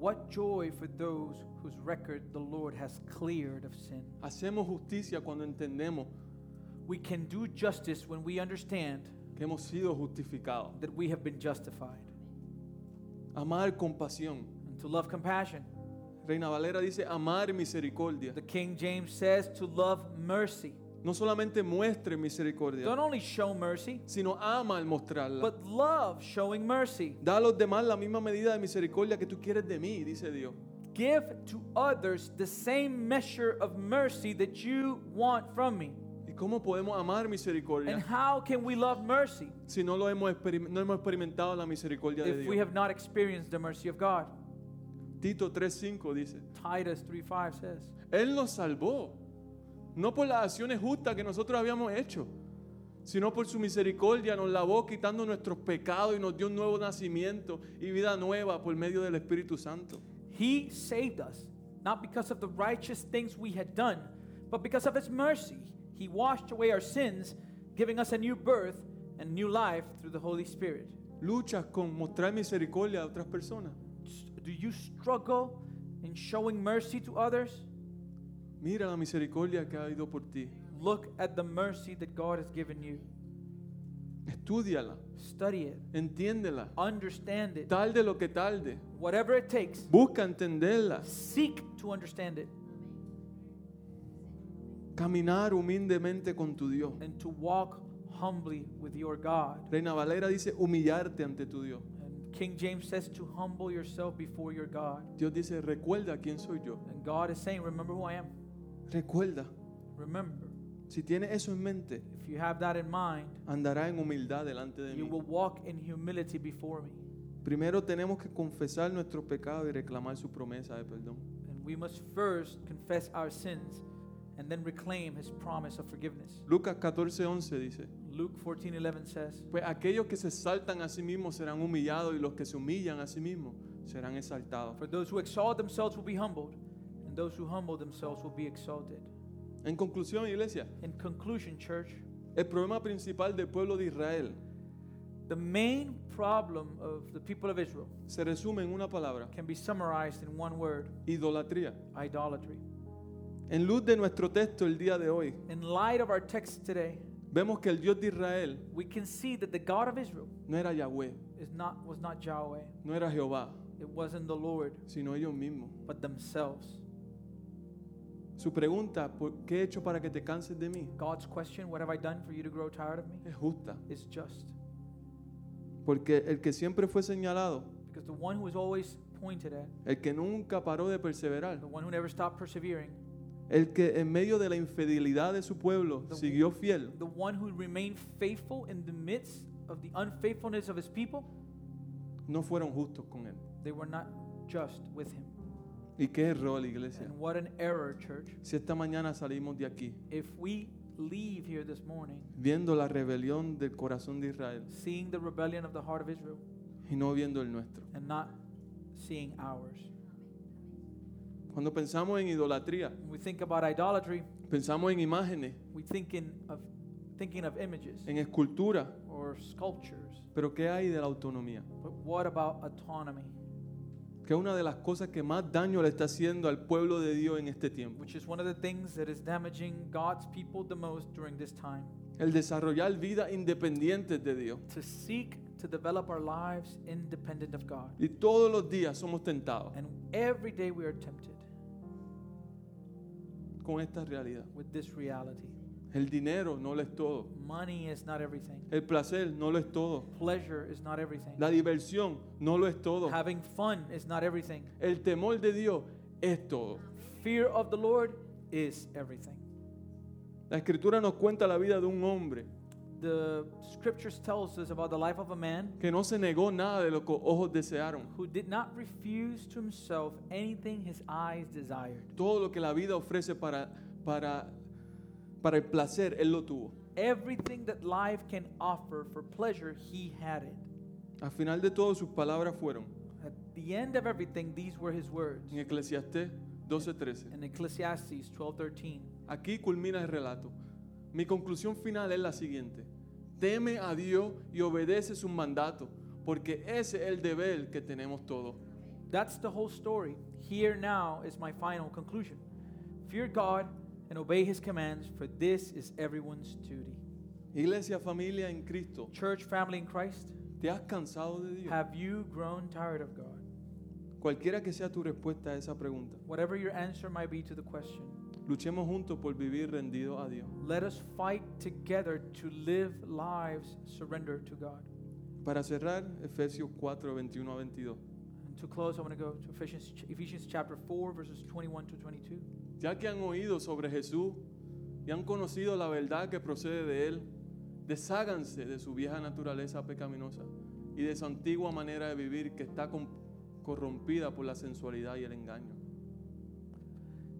Speaker 2: what joy for those whose record the Lord has cleared of sin.
Speaker 1: Hacemos justicia cuando entendemos
Speaker 2: We can do justice when we understand
Speaker 1: que hemos sido justificados.
Speaker 2: that we have been justified.
Speaker 1: Amar compasión.
Speaker 2: And to love compassion.
Speaker 1: Reina Valera dice amar misericordia.
Speaker 2: The King James says to love mercy.
Speaker 1: No solamente muestre misericordia,
Speaker 2: Don't only show mercy,
Speaker 1: sino ama al mostrarla.
Speaker 2: but love showing mercy.
Speaker 1: Da a los demás la misma medida de misericordia que tú quieres de mí, dice Dios.
Speaker 2: Give to others the same measure of mercy that you want from me.
Speaker 1: ¿Y cómo podemos amar
Speaker 2: And
Speaker 1: misericordia
Speaker 2: how can we love mercy
Speaker 1: si no lo hemos experim- no hemos experimentado la misericordia de
Speaker 2: if
Speaker 1: Dios?
Speaker 2: we have not experienced the mercy of God?
Speaker 1: Tito 3:5 dice,
Speaker 2: Titus 3:5 says,
Speaker 1: Él nos salvó, no por las acciones justas que nosotros habíamos hecho, sino por su misericordia nos lavó quitando nuestros pecados y nos dio un nuevo nacimiento y vida nueva por medio del Espíritu Santo.
Speaker 2: He saved us, not because of the righteous things we had done, but because of His mercy. He washed away our sins, giving us a new birth and new life through the Holy Spirit.
Speaker 1: Luchas con mostrar misericordia a otras personas.
Speaker 2: Do you struggle in showing mercy to others?
Speaker 1: Mira la misericordia que ha ido por ti.
Speaker 2: Look at the mercy that God has given you.
Speaker 1: Estúdiala,
Speaker 2: Study it,
Speaker 1: entiéndela,
Speaker 2: understand it,
Speaker 1: tarde lo que tarde.
Speaker 2: whatever it takes.
Speaker 1: Busca entenderla,
Speaker 2: Seek to understand it
Speaker 1: caminar humildemente con tu Dios.
Speaker 2: and to walk humbly with your God.
Speaker 1: Reina Valera dice humillarte ante tu Dios.
Speaker 2: And King James says to humble yourself before your God.
Speaker 1: Dios dice, recuerda quién soy yo.
Speaker 2: And God is saying, Remember who I am.
Speaker 1: Recuerda,
Speaker 2: Remember,
Speaker 1: si tienes eso en mente,
Speaker 2: if you have that in mind,
Speaker 1: andará en humildad delante de
Speaker 2: you
Speaker 1: mí.
Speaker 2: will walk in humility before me.
Speaker 1: Primero tenemos que confesar nuestros pecados y reclamar su promesa de perdón.
Speaker 2: And we must first confess our sins and then reclaim his promise of forgiveness.
Speaker 1: Lucas 14:11 dice,
Speaker 2: Luke 14:11 says,
Speaker 1: pues aquellos que se saltan a sí mismos serán humillados y los que se humillan a sí mismos serán exaltados.
Speaker 2: "For those who exalt themselves will be humbled, and those who humble themselves will be exalted."
Speaker 1: En conclusión, iglesia,
Speaker 2: In conclusion, church,
Speaker 1: el problema principal del pueblo de Israel
Speaker 2: the main problem of the people of Israel
Speaker 1: se resume en una palabra,
Speaker 2: can be summarized in one word,
Speaker 1: idolatría.
Speaker 2: idolatry.
Speaker 1: En luz de nuestro texto el día de hoy,
Speaker 2: In light of our text today,
Speaker 1: vemos que el Dios de Israel
Speaker 2: we can see that the God of Israel
Speaker 1: no era Yahweh,
Speaker 2: is not was not Yahweh.
Speaker 1: no era Jehová,
Speaker 2: It wasn't the Lord,
Speaker 1: sino ellos mismos.
Speaker 2: but themselves.
Speaker 1: Su pregunta, ¿por qué he hecho para que te canses de mí?
Speaker 2: God's question, what have I done for you to grow tired of me?
Speaker 1: Es justa,
Speaker 2: is just.
Speaker 1: porque el que siempre fue señalado,
Speaker 2: Because the one who is always pointed at,
Speaker 1: el que nunca paró de perseverar,
Speaker 2: the one who never stopped persevering,
Speaker 1: el que en medio de la infidelidad de su pueblo siguió fiel,
Speaker 2: the one who remained faithful in the midst of the unfaithfulness of his people,
Speaker 1: no fueron justos con él.
Speaker 2: they were not just with him.
Speaker 1: Y qué error, iglesia.
Speaker 2: And what an error, church.
Speaker 1: Si esta mañana salimos de aquí
Speaker 2: If we leave here this morning
Speaker 1: viendo la rebelión del corazón de Israel
Speaker 2: seeing the rebellion of the heart of Israel
Speaker 1: y no viendo el nuestro.
Speaker 2: and not seeing ours,
Speaker 1: Cuando pensamos en idolatría,
Speaker 2: when we think about idolatry,
Speaker 1: pensamos en imágenes,
Speaker 2: we think in of thinking of images
Speaker 1: en escultura,
Speaker 2: or sculptures.
Speaker 1: pero ¿qué hay de la autonomía?
Speaker 2: But what about autonomy?
Speaker 1: Que es una de las cosas que más daño le está haciendo al pueblo de Dios en este tiempo.
Speaker 2: which is one of the things that is damaging God's people the most during this time.
Speaker 1: El desarrollar vidas independientes de Dios.
Speaker 2: To seek to develop our lives independent of God.
Speaker 1: Y todos los días somos tentados
Speaker 2: And every day we are tempted
Speaker 1: con esta realidad.
Speaker 2: with this reality.
Speaker 1: El dinero no lo es todo.
Speaker 2: Money is not everything.
Speaker 1: El placer no lo es todo.
Speaker 2: Pleasure is not everything.
Speaker 1: La diversión no lo es todo.
Speaker 2: Having fun is not everything.
Speaker 1: El temor de Dios es todo.
Speaker 2: Fear of the Lord is everything.
Speaker 1: La escritura nos cuenta la vida de un hombre
Speaker 2: The scriptures tells us about the life of a man
Speaker 1: que no se negó nada de lo que ojos desearon.
Speaker 2: who did not refuse to himself anything his eyes desired.
Speaker 1: Todo lo que la vida ofrece para, para, para el placer, él lo tuvo.
Speaker 2: Everything that life can offer for pleasure, he had it.
Speaker 1: Al final de todo, sus palabras fueron
Speaker 2: At the end of everything, these were his words.
Speaker 1: en Eclesiastés 12:13.
Speaker 2: In Ecclesiastes 12:13,
Speaker 1: Aquí culmina el relato. Mi conclusión final es la siguiente. Teme a Dios y obedece sus mandatos, porque ese es el deber que tenemos todos.
Speaker 2: that's the whole story. Here now is my final conclusion. Fear God and obey his commands, for this is everyone's duty.
Speaker 1: Iglesia, familia en Cristo,
Speaker 2: Church family in Christ,
Speaker 1: ¿te has cansado de Dios?
Speaker 2: have you grown tired of God?
Speaker 1: Cualquiera que sea tu respuesta a esa pregunta,
Speaker 2: Whatever your answer might be to the question,
Speaker 1: luchemos juntos por vivir rendido a Dios.
Speaker 2: Let us fight together to live lives surrendered to God.
Speaker 1: Para cerrar, Efesios 4, 21 a 22.
Speaker 2: And to close, I want to go to Ephesians, Ephesians chapter 4, verses 21 to 22.
Speaker 1: Ya que han oído sobre Jesús y han conocido la verdad que procede de Él, desháganse de su vieja naturaleza pecaminosa y de su antigua manera de vivir que está com- corrompida por la sensualidad y el engaño.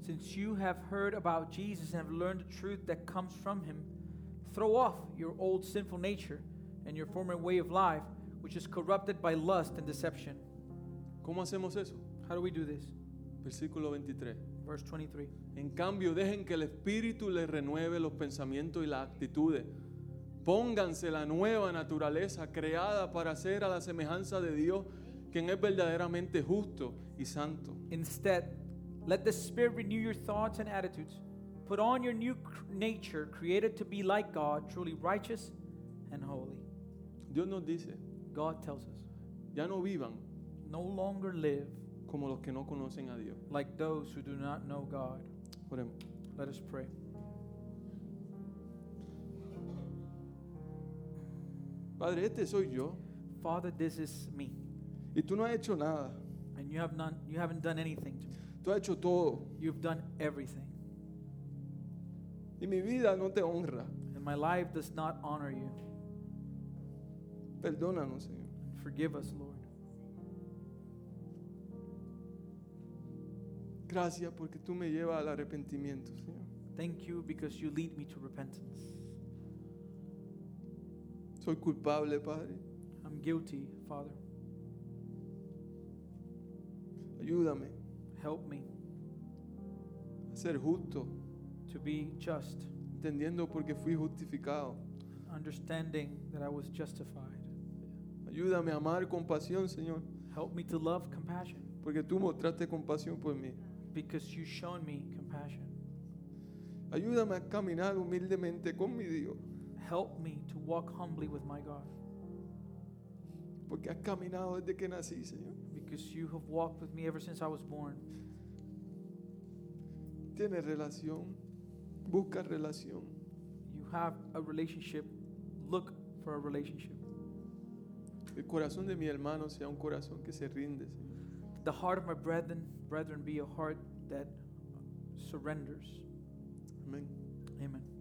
Speaker 2: Since you have heard about Jesus and have learned the truth that comes from him, throw off your old sinful nature and your former way of life, which is corrupted by lust and deception.
Speaker 1: ¿Cómo hacemos eso?
Speaker 2: How do we do this?
Speaker 1: Versículo 23.
Speaker 2: Verse 23.
Speaker 1: En cambio, dejen que el Espíritu les renueve los pensamientos y las actitudes. Pónganse la nueva naturaleza creada para ser a la semejanza de Dios, quien es verdaderamente justo y santo.
Speaker 2: Instead, let the Spirit renew your thoughts and attitudes. Put on your new cr- nature, created to be like God, truly righteous and holy.
Speaker 1: Dios nos dice,
Speaker 2: God tells us,
Speaker 1: ya no vivan
Speaker 2: no longer live
Speaker 1: como los que no conocen a Dios.
Speaker 2: like those who do not know God.
Speaker 1: Oremos.
Speaker 2: Let us pray.
Speaker 1: Padre, este soy yo
Speaker 2: Father, this is me,
Speaker 1: y tú no has hecho nada.
Speaker 2: and you have not you haven't done anything to me.
Speaker 1: Tú has hecho todo
Speaker 2: You've done everything,
Speaker 1: y mi vida no te honra.
Speaker 2: and my life does not honor you.
Speaker 1: Perdónanos, Señor.
Speaker 2: Forgive us, Lord.
Speaker 1: Gracias porque tú me llevas al arrepentimiento, Señor.
Speaker 2: Thank you because you lead me to repentance.
Speaker 1: Soy culpable, Padre.
Speaker 2: I'm guilty, Father.
Speaker 1: Ayúdame
Speaker 2: Help me
Speaker 1: a ser justo,
Speaker 2: to be just.
Speaker 1: entendiendo porque fui justificado.
Speaker 2: understanding that I was justified.
Speaker 1: Ayúdame a amar con pasión, Señor,
Speaker 2: Help me to love compassion
Speaker 1: porque tú mostraste compasión por mí.
Speaker 2: because you shown me compassion.
Speaker 1: Ayúdame a caminar humildemente con mi Dios,
Speaker 2: Help me to walk humbly with my God
Speaker 1: porque has caminado desde que nací, Señor.
Speaker 2: because you have walked with me ever since I was born.
Speaker 1: Tienes relación, busca relación.
Speaker 2: You have a relationship. Look for a relationship.
Speaker 1: El corazón de mi hermano sea un corazón que se rinde, Señor.
Speaker 2: The heart of my brethren, brethren be a heart that surrenders.
Speaker 1: Amén.
Speaker 2: Amen.